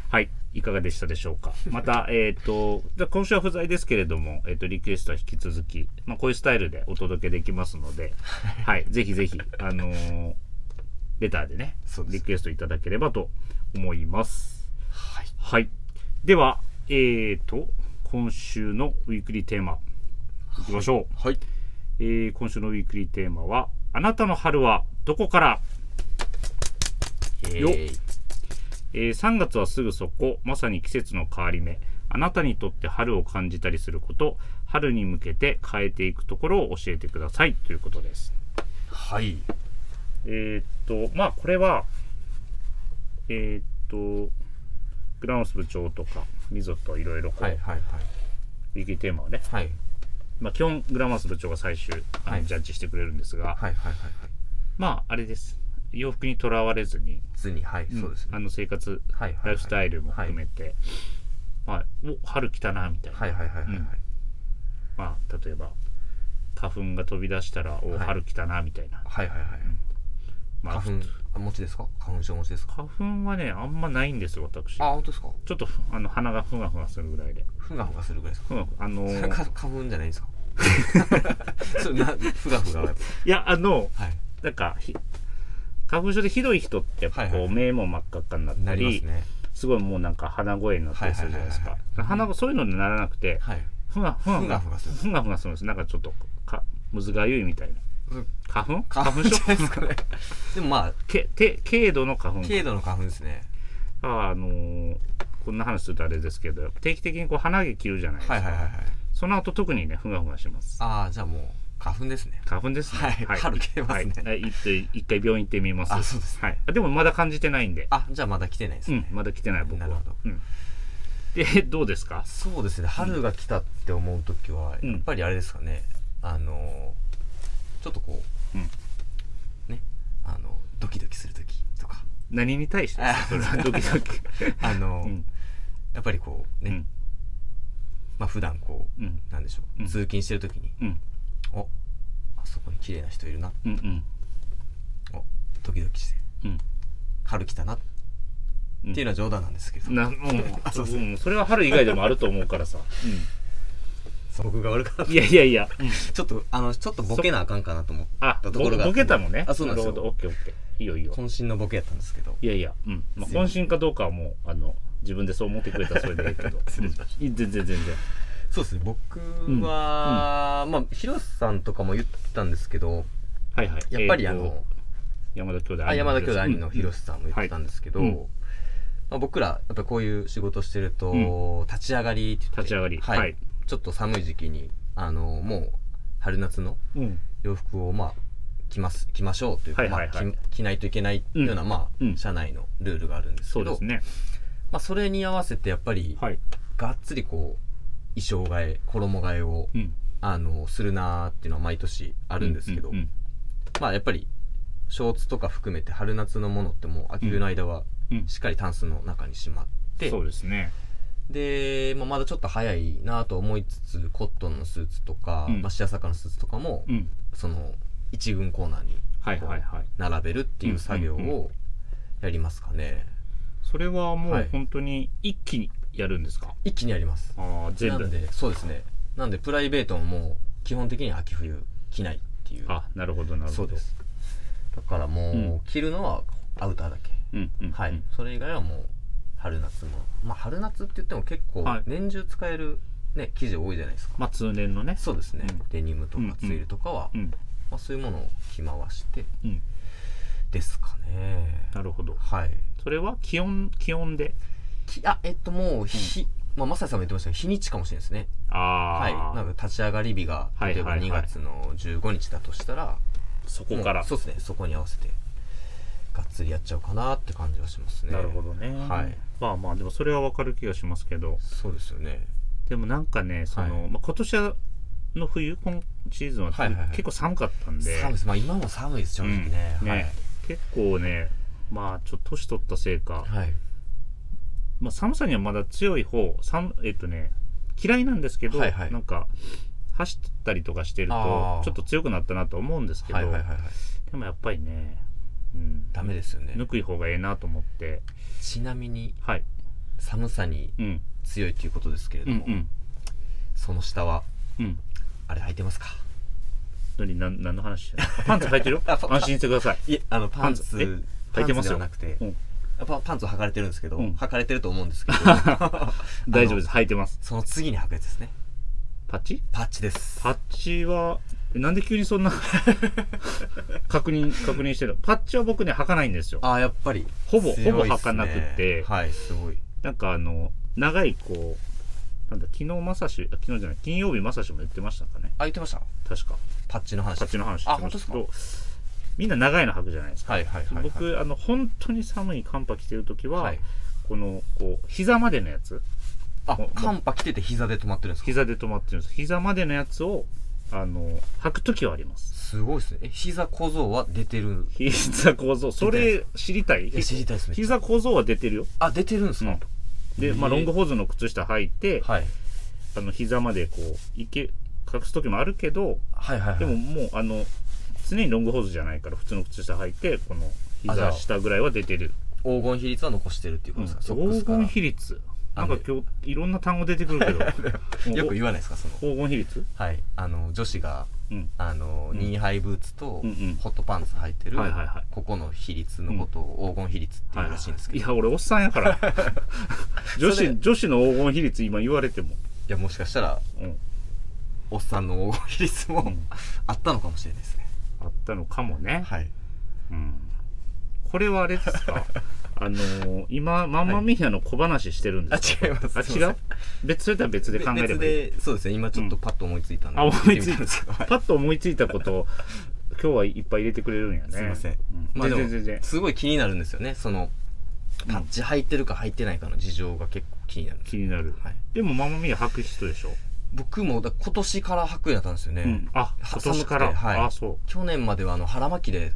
[SPEAKER 1] はいいかがでしたでしょうかまたえっとじゃあ今週は不在ですけれども、えっとリクエストは引き続き、まあ、こういうスタイルでお届けできますので、はい、ぜひぜひあのーレターでね
[SPEAKER 2] そうです
[SPEAKER 1] リクエストいただければと思います
[SPEAKER 2] はい
[SPEAKER 1] はいではえっと今週のウィークリーテーマいきましょう、
[SPEAKER 2] はい
[SPEAKER 1] えー今週のウィークリーテーマは「あなたの春はどこから?」
[SPEAKER 2] えー
[SPEAKER 1] えー3月はすぐそこまさに季節の変わり目あなたにとって春を感じたりすること春に向けて変えていくところを教えてくださいということです
[SPEAKER 2] はい。
[SPEAKER 1] えーっとまあこれはえーっとグラウンス部長とかミゾといろいろこう、
[SPEAKER 2] はいはいはい。
[SPEAKER 1] ウィキテーマをね、
[SPEAKER 2] はい。
[SPEAKER 1] まあ、基本グラマス部長が最終あの
[SPEAKER 2] はい
[SPEAKER 1] ジャッジしてくれるんですが、
[SPEAKER 2] はいはいはい。
[SPEAKER 1] まああれです洋服にとらわれずに
[SPEAKER 2] 普通に、はい、そうです
[SPEAKER 1] あ
[SPEAKER 2] ね。
[SPEAKER 1] の生活、
[SPEAKER 2] はいはいはい
[SPEAKER 1] ライフスタイルも含めて、まあ、お春来たなみたいな、
[SPEAKER 2] はいはいはいはいはい。
[SPEAKER 1] まあ、例えば花粉が飛び出したらお、
[SPEAKER 2] はい
[SPEAKER 1] 春来たなみたいな、
[SPEAKER 2] はいはいはい。
[SPEAKER 1] まあ、
[SPEAKER 2] 花粉、あ、持ちですか花粉症持ちですか
[SPEAKER 1] 花粉はねあんまないんですよ私
[SPEAKER 2] あ、本当ですか
[SPEAKER 1] ちょっとふあの鼻がふがふがするぐらいで
[SPEAKER 2] ふがふがするぐらいですか
[SPEAKER 1] ふがふあのー
[SPEAKER 2] (laughs) それか花粉じゃないです (laughs) かそれな、ふがふがはやっ
[SPEAKER 1] いやあの
[SPEAKER 2] ぱ。はい。
[SPEAKER 1] なんかひ花粉症でひどい人ってやっぱこう、
[SPEAKER 2] はいはい
[SPEAKER 1] 目も真っ赤っかになった
[SPEAKER 2] な
[SPEAKER 1] り
[SPEAKER 2] りますね。
[SPEAKER 1] すごいもうなんか鼻声になったりするじゃないです
[SPEAKER 2] はい
[SPEAKER 1] か
[SPEAKER 2] はいはいは
[SPEAKER 1] 鼻がそういうのにならなくて
[SPEAKER 2] はい。
[SPEAKER 1] ふがふが
[SPEAKER 2] ふがふがする
[SPEAKER 1] ふがふがするんですなんかちょっとかむずがゆいみたいな
[SPEAKER 2] うん
[SPEAKER 1] 花粉
[SPEAKER 2] 花
[SPEAKER 1] 花
[SPEAKER 2] 粉
[SPEAKER 1] 粉
[SPEAKER 2] じ
[SPEAKER 1] 症
[SPEAKER 2] ゃないですかね。 (laughs) でもまあ、
[SPEAKER 1] けて軽度の花粉
[SPEAKER 2] 軽度の花粉ですね。
[SPEAKER 1] あのーこんな話するとあれですけど定期的にこう鼻毛切るじゃないですか、
[SPEAKER 2] はいはいはいはい。
[SPEAKER 1] その後特にねふがふがします
[SPEAKER 2] ああ、じゃあもう、花粉ですね。
[SPEAKER 1] 花粉ですね
[SPEAKER 2] はい春来てますね
[SPEAKER 1] はい、行って一回病院行ってみます
[SPEAKER 2] あそうです
[SPEAKER 1] はい、あでもまだ感じてないんで
[SPEAKER 2] あ、じゃあまだ来てないです
[SPEAKER 1] う
[SPEAKER 2] ね。
[SPEAKER 1] んまだ来てない僕は
[SPEAKER 2] なるほど
[SPEAKER 1] うん、で (laughs) どうですか
[SPEAKER 2] そうですね春が来たって思う時は
[SPEAKER 1] うん
[SPEAKER 2] やっぱりあれですかね、あのちょっとこう、
[SPEAKER 1] うん
[SPEAKER 2] ねあのドキドキする時とか
[SPEAKER 1] 何に対してですかそれはドキドキ
[SPEAKER 2] (laughs) あの、
[SPEAKER 1] うん
[SPEAKER 2] やっぱりこう
[SPEAKER 1] う
[SPEAKER 2] ね、
[SPEAKER 1] ん
[SPEAKER 2] まあ普段こう、
[SPEAKER 1] うん
[SPEAKER 2] なんでしょう、
[SPEAKER 1] うん
[SPEAKER 2] 通勤してる時に
[SPEAKER 1] うん
[SPEAKER 2] おあそこに綺麗な人いるな
[SPEAKER 1] うんうん
[SPEAKER 2] おドキドキして
[SPEAKER 1] うん
[SPEAKER 2] 春来たなっていうのは冗談なんですけど、
[SPEAKER 1] なもう
[SPEAKER 2] (laughs) あそうそう
[SPEAKER 1] うんそれは春以外でもあると思うからさ、
[SPEAKER 2] 僕が悪かった
[SPEAKER 1] いやいやいや、うん
[SPEAKER 2] ちょっとあのちょっとボケなあかんかなと思った
[SPEAKER 1] あ
[SPEAKER 2] と
[SPEAKER 1] ぼ
[SPEAKER 2] ころが
[SPEAKER 1] ボケたもんね
[SPEAKER 2] あそうなんです
[SPEAKER 1] るほど
[SPEAKER 2] よ
[SPEAKER 1] オッケーオッケーいいよいいよ
[SPEAKER 2] 渾身のボケやったんですけど
[SPEAKER 1] いやいや、うんまあ、
[SPEAKER 2] すいま
[SPEAKER 1] 渾身かどうかはもうあの自分でそう思ってくれたらそれでいいけど
[SPEAKER 2] (laughs) 失礼しました
[SPEAKER 1] うんいい全然全然
[SPEAKER 2] そうですね僕は、まあ広瀬さんとかも言ったんですけど
[SPEAKER 1] はいはい
[SPEAKER 2] やっぱりあ
[SPEAKER 1] えー
[SPEAKER 2] の
[SPEAKER 1] と、山田兄弟
[SPEAKER 2] あ山田兄弟兄の
[SPEAKER 1] 広
[SPEAKER 2] 広瀬さんも言ってたんですけど、
[SPEAKER 1] うんはい
[SPEAKER 2] まあ、僕らやっぱりこういう仕事してると、
[SPEAKER 1] う
[SPEAKER 2] 立ち上がりって言って
[SPEAKER 1] 立ち上がり
[SPEAKER 2] はい
[SPEAKER 1] はい
[SPEAKER 2] ちょっと寒い時期にあのもう春夏の
[SPEAKER 1] 瀬うん
[SPEAKER 2] 洋服をまあ着ます着ましょうというか、
[SPEAKER 1] はいはいはい
[SPEAKER 2] まあ、着着ないといけないような、
[SPEAKER 1] うん
[SPEAKER 2] まあ
[SPEAKER 1] うん
[SPEAKER 2] 社内のルールがあるんです
[SPEAKER 1] そ
[SPEAKER 2] け
[SPEAKER 1] うで
[SPEAKER 2] ど
[SPEAKER 1] すね
[SPEAKER 2] まあ、それに合わせてやっぱり、
[SPEAKER 1] はい
[SPEAKER 2] がっつりこう衣装替え衣替えを
[SPEAKER 1] うん
[SPEAKER 2] あのするなーっていうのは毎年あ
[SPEAKER 1] あ
[SPEAKER 2] るんですけど、
[SPEAKER 1] うんうん
[SPEAKER 2] まあやっぱりショーツとか含めて春夏のものってもう秋冬の間は
[SPEAKER 1] うんうん
[SPEAKER 2] しっかりタンスの中にしまって、
[SPEAKER 1] そうですね
[SPEAKER 2] で、まあ、まだちょっと早いなと思いつつコットンのスーツとか、
[SPEAKER 1] うん
[SPEAKER 2] まあ、シアサカのスーツとかも、
[SPEAKER 1] うん
[SPEAKER 2] その一軍コーナーに
[SPEAKER 1] はいはいはい
[SPEAKER 2] 並べるっていう作業
[SPEAKER 1] うんうん
[SPEAKER 2] をやりますかね、
[SPEAKER 1] それはも
[SPEAKER 2] は
[SPEAKER 1] う
[SPEAKER 2] い
[SPEAKER 1] 本当に一気にやるんですか、
[SPEAKER 2] 一気にやります
[SPEAKER 1] ああ全
[SPEAKER 2] なん
[SPEAKER 1] 部
[SPEAKER 2] でそうですねなんでプライベートももう基本的に秋冬着ないっていう
[SPEAKER 1] あなるほどなるほ
[SPEAKER 2] そう
[SPEAKER 1] ど
[SPEAKER 2] ですだからもう、
[SPEAKER 1] うん
[SPEAKER 2] 着るのはアウターだけ、
[SPEAKER 1] うんうんうん
[SPEAKER 2] はい、それ以外はもう春夏もまあ春夏って言っても結構
[SPEAKER 1] はい
[SPEAKER 2] 年中使えるね生地多いじゃないですか、
[SPEAKER 1] まあ通年のね
[SPEAKER 2] そうですね、
[SPEAKER 1] うん
[SPEAKER 2] デニムと
[SPEAKER 1] うんうん
[SPEAKER 2] かツイルとかは、
[SPEAKER 1] うん
[SPEAKER 2] まあ、そういうものを着回して
[SPEAKER 1] うん
[SPEAKER 2] ですかね
[SPEAKER 1] なるほど
[SPEAKER 2] はい
[SPEAKER 1] それは気温気温で
[SPEAKER 2] きあえっともう日、まあ、マサイさんも言ってましたけど日にちかもしれないですね
[SPEAKER 1] ああ、
[SPEAKER 2] はいなんか立ち上がり日が
[SPEAKER 1] はい
[SPEAKER 2] 例えば
[SPEAKER 1] はい
[SPEAKER 2] 2
[SPEAKER 1] はい
[SPEAKER 2] 月の15日だとしたら、
[SPEAKER 1] そこから
[SPEAKER 2] もうそうですねそこに合わせてがっつりやっちゃおうかなって感じはしますね
[SPEAKER 1] なるほどね、
[SPEAKER 2] はい
[SPEAKER 1] まあまあでもそれはわかる気がしますけど
[SPEAKER 2] そうですよね
[SPEAKER 1] でもなんかねその、
[SPEAKER 2] はい
[SPEAKER 1] まあ、今年はの冬今シーズンは、
[SPEAKER 2] はいはいはい
[SPEAKER 1] 結構寒かったんで
[SPEAKER 2] 寒いですまあ今も寒いです正
[SPEAKER 1] う
[SPEAKER 2] 直
[SPEAKER 1] ん
[SPEAKER 2] ね、
[SPEAKER 1] ね結構ねまあちょっと年取ったせいか、
[SPEAKER 2] はい、はい、
[SPEAKER 1] まあ、寒さにはまだ強い方寒えっとね嫌いなんですけど、
[SPEAKER 2] はいはい
[SPEAKER 1] なんか走ったりとかしてると
[SPEAKER 2] あー
[SPEAKER 1] ちょっと強くなったなと思うんですけど、
[SPEAKER 2] はいはいはいはい
[SPEAKER 1] でもやっぱりね、うん、
[SPEAKER 2] ダメですよね
[SPEAKER 1] ぬくい方がええなと思って
[SPEAKER 2] ちなみに
[SPEAKER 1] はい、
[SPEAKER 2] 寒さに
[SPEAKER 1] うん、
[SPEAKER 2] 強いということですけれ
[SPEAKER 1] う
[SPEAKER 2] ど
[SPEAKER 1] ん
[SPEAKER 2] も、
[SPEAKER 1] うん
[SPEAKER 2] その下は
[SPEAKER 1] うん
[SPEAKER 2] あれ履いてますか
[SPEAKER 1] 何何何の話してんのあパンツ履いてるよ
[SPEAKER 2] (laughs) あパン
[SPEAKER 1] 安心してください
[SPEAKER 2] いえあのパン
[SPEAKER 1] パン
[SPEAKER 2] ツ
[SPEAKER 1] ツえ履いてますよ
[SPEAKER 2] パンツではなくて、
[SPEAKER 1] うん
[SPEAKER 2] やっぱパンツを履かれてるんですけど、
[SPEAKER 1] うん
[SPEAKER 2] 履かれてると思うんですけど
[SPEAKER 1] (laughs) 大丈夫ですす履いてます
[SPEAKER 2] その次に履くやつですね
[SPEAKER 1] パッチ
[SPEAKER 2] パッチです
[SPEAKER 1] パッチはえなんで急にそんな (laughs) 確認確認してるのパッチは僕ね履かないんですよ
[SPEAKER 2] ああやっぱり
[SPEAKER 1] ほぼ
[SPEAKER 2] 強いっすね
[SPEAKER 1] ほぼ履かなくて
[SPEAKER 2] はいすごい
[SPEAKER 1] なんかあの長いこうなんだ、昨日まさし、あ昨日じゃない、金曜日まさしも言ってましたかね。
[SPEAKER 2] あ言ってました
[SPEAKER 1] 確か。
[SPEAKER 2] パッチの話
[SPEAKER 1] パッチの話して
[SPEAKER 2] あ
[SPEAKER 1] ま
[SPEAKER 2] 本当
[SPEAKER 1] し
[SPEAKER 2] で
[SPEAKER 1] たけ
[SPEAKER 2] すか
[SPEAKER 1] ど、みんな長いの履くじゃないですか。
[SPEAKER 2] はいはいはいはい
[SPEAKER 1] 僕、あの、本当に寒い寒波来てるときは、
[SPEAKER 2] はい
[SPEAKER 1] この、こう、膝までのやつ、
[SPEAKER 2] あ
[SPEAKER 1] もう
[SPEAKER 2] 寒波来てて膝で止まってるんですか
[SPEAKER 1] 膝で止まってるんです。膝までのやつを、あの、履くときはあります。
[SPEAKER 2] すごいですねえ膝小僧は出てる
[SPEAKER 1] 膝構造、それ知りたい
[SPEAKER 2] いや知りたいですね
[SPEAKER 1] 膝構造は出てるよ。
[SPEAKER 2] あ出てるんですか、
[SPEAKER 1] うんで、まあ、
[SPEAKER 2] えー
[SPEAKER 1] ロングホーズの靴下履いて、
[SPEAKER 2] はい、
[SPEAKER 1] あの膝までこういけ隠す時もあるけど
[SPEAKER 2] はいはいはい
[SPEAKER 1] でももうあの常にロングホーズじゃないから普通の靴下履いてこの
[SPEAKER 2] あじゃ
[SPEAKER 1] 膝
[SPEAKER 2] あ
[SPEAKER 1] 下ぐらいは出てる、
[SPEAKER 2] 黄金比率は残してるっていうこ
[SPEAKER 1] う
[SPEAKER 2] と
[SPEAKER 1] ん
[SPEAKER 2] ですか、ソック
[SPEAKER 1] 黄
[SPEAKER 2] スから
[SPEAKER 1] 金比率な
[SPEAKER 2] あ
[SPEAKER 1] ん
[SPEAKER 2] の
[SPEAKER 1] か今日いろんな単語出てくるけど
[SPEAKER 2] (laughs) よく言
[SPEAKER 1] わ
[SPEAKER 2] わないですかその
[SPEAKER 1] 黄金比率
[SPEAKER 2] はいあの女子が
[SPEAKER 1] うん
[SPEAKER 2] あの、
[SPEAKER 1] うん
[SPEAKER 2] ニーハイブーツと
[SPEAKER 1] うんうん
[SPEAKER 2] ホットパンツ履いてる、
[SPEAKER 1] はいはいはい
[SPEAKER 2] ここの比率のことを黄金比率っていうらしいんですけ
[SPEAKER 1] い
[SPEAKER 2] ど、
[SPEAKER 1] や俺おっさんやから
[SPEAKER 2] (laughs)
[SPEAKER 1] 女
[SPEAKER 2] それ
[SPEAKER 1] 子女子の黄金比率今言われても、
[SPEAKER 2] いやもしかしたら
[SPEAKER 1] うん、
[SPEAKER 2] おっさんの黄金比率も、
[SPEAKER 1] ん
[SPEAKER 2] あったのかもしれないですね
[SPEAKER 1] あったのかもね、
[SPEAKER 2] はい
[SPEAKER 1] うん、これはあれです
[SPEAKER 2] (laughs)
[SPEAKER 1] かあのー今マンマミーアの小話してるんですか、
[SPEAKER 2] あ違います
[SPEAKER 1] あ
[SPEAKER 2] すいま
[SPEAKER 1] 違う別それとは別で考えればいい
[SPEAKER 2] 別でそうですね今ちょっとパッと思いついたんで、
[SPEAKER 1] あ思いつ
[SPEAKER 2] 言
[SPEAKER 1] い
[SPEAKER 2] ってみんですけど
[SPEAKER 1] た
[SPEAKER 2] はい
[SPEAKER 1] パッと思いついたことを今日はいっぱい入れてくれるんやね
[SPEAKER 2] すいません、
[SPEAKER 1] う
[SPEAKER 2] まあで
[SPEAKER 1] 全然全
[SPEAKER 2] も
[SPEAKER 1] 然
[SPEAKER 2] すごい気になるんですよねその
[SPEAKER 1] うん
[SPEAKER 2] パッチ履いてるか履いてないかの事情が結構気になる、
[SPEAKER 1] 気になる、
[SPEAKER 2] はい、
[SPEAKER 1] でもマンマミーア履く人でしょ、
[SPEAKER 2] 僕もだ今年から履くようになったんですよね、
[SPEAKER 1] うん、あ今
[SPEAKER 2] は
[SPEAKER 1] 年から、
[SPEAKER 2] 寒くてはい
[SPEAKER 1] あそう
[SPEAKER 2] 去年まではあの腹巻きで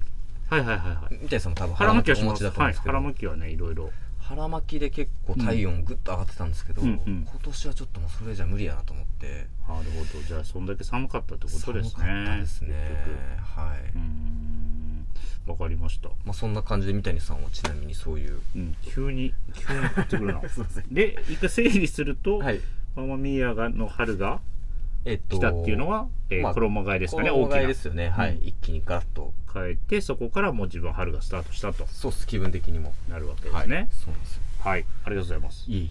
[SPEAKER 1] はいはいはいはい
[SPEAKER 2] 三谷さんも多分
[SPEAKER 1] 腹巻きは
[SPEAKER 2] お
[SPEAKER 1] しま
[SPEAKER 2] 持ち
[SPEAKER 1] す
[SPEAKER 2] だと思う
[SPEAKER 1] は
[SPEAKER 2] ん
[SPEAKER 1] い
[SPEAKER 2] ですけど、
[SPEAKER 1] 腹巻きはねいろいろ
[SPEAKER 2] 腹巻きで結構体温ぐっと上がってたんですけど、
[SPEAKER 1] うんうんうん
[SPEAKER 2] 今年はちょっともうそれじゃ無理やなと思って
[SPEAKER 1] なるほどじゃあそんだけ寒かったってことですね
[SPEAKER 2] 寒かったですね
[SPEAKER 1] 結局
[SPEAKER 2] は
[SPEAKER 1] う
[SPEAKER 2] い、
[SPEAKER 1] ーんわかりました
[SPEAKER 2] まあ、そんな感じで三谷さんはちなみにそういう
[SPEAKER 1] うん、急に、急に送ってくる
[SPEAKER 2] (laughs)
[SPEAKER 1] な。
[SPEAKER 2] すいません
[SPEAKER 1] で、一回整理すると、
[SPEAKER 2] はい
[SPEAKER 1] ママミーアがの春が
[SPEAKER 2] えっと
[SPEAKER 1] 来たっていうのは、えー
[SPEAKER 2] まあ
[SPEAKER 1] 衣替えですかね、
[SPEAKER 2] 衣
[SPEAKER 1] 大き
[SPEAKER 2] 替え
[SPEAKER 1] な。
[SPEAKER 2] ですよねはい、
[SPEAKER 1] うん
[SPEAKER 2] 一気にガラッと
[SPEAKER 1] 変えて、そこからもう自分は春がスタートしたと
[SPEAKER 2] そうっす気分的にも
[SPEAKER 1] なるわけです
[SPEAKER 2] はい
[SPEAKER 1] ね。、
[SPEAKER 2] そうなんですよ
[SPEAKER 1] はい、ありがとうございます。
[SPEAKER 2] いい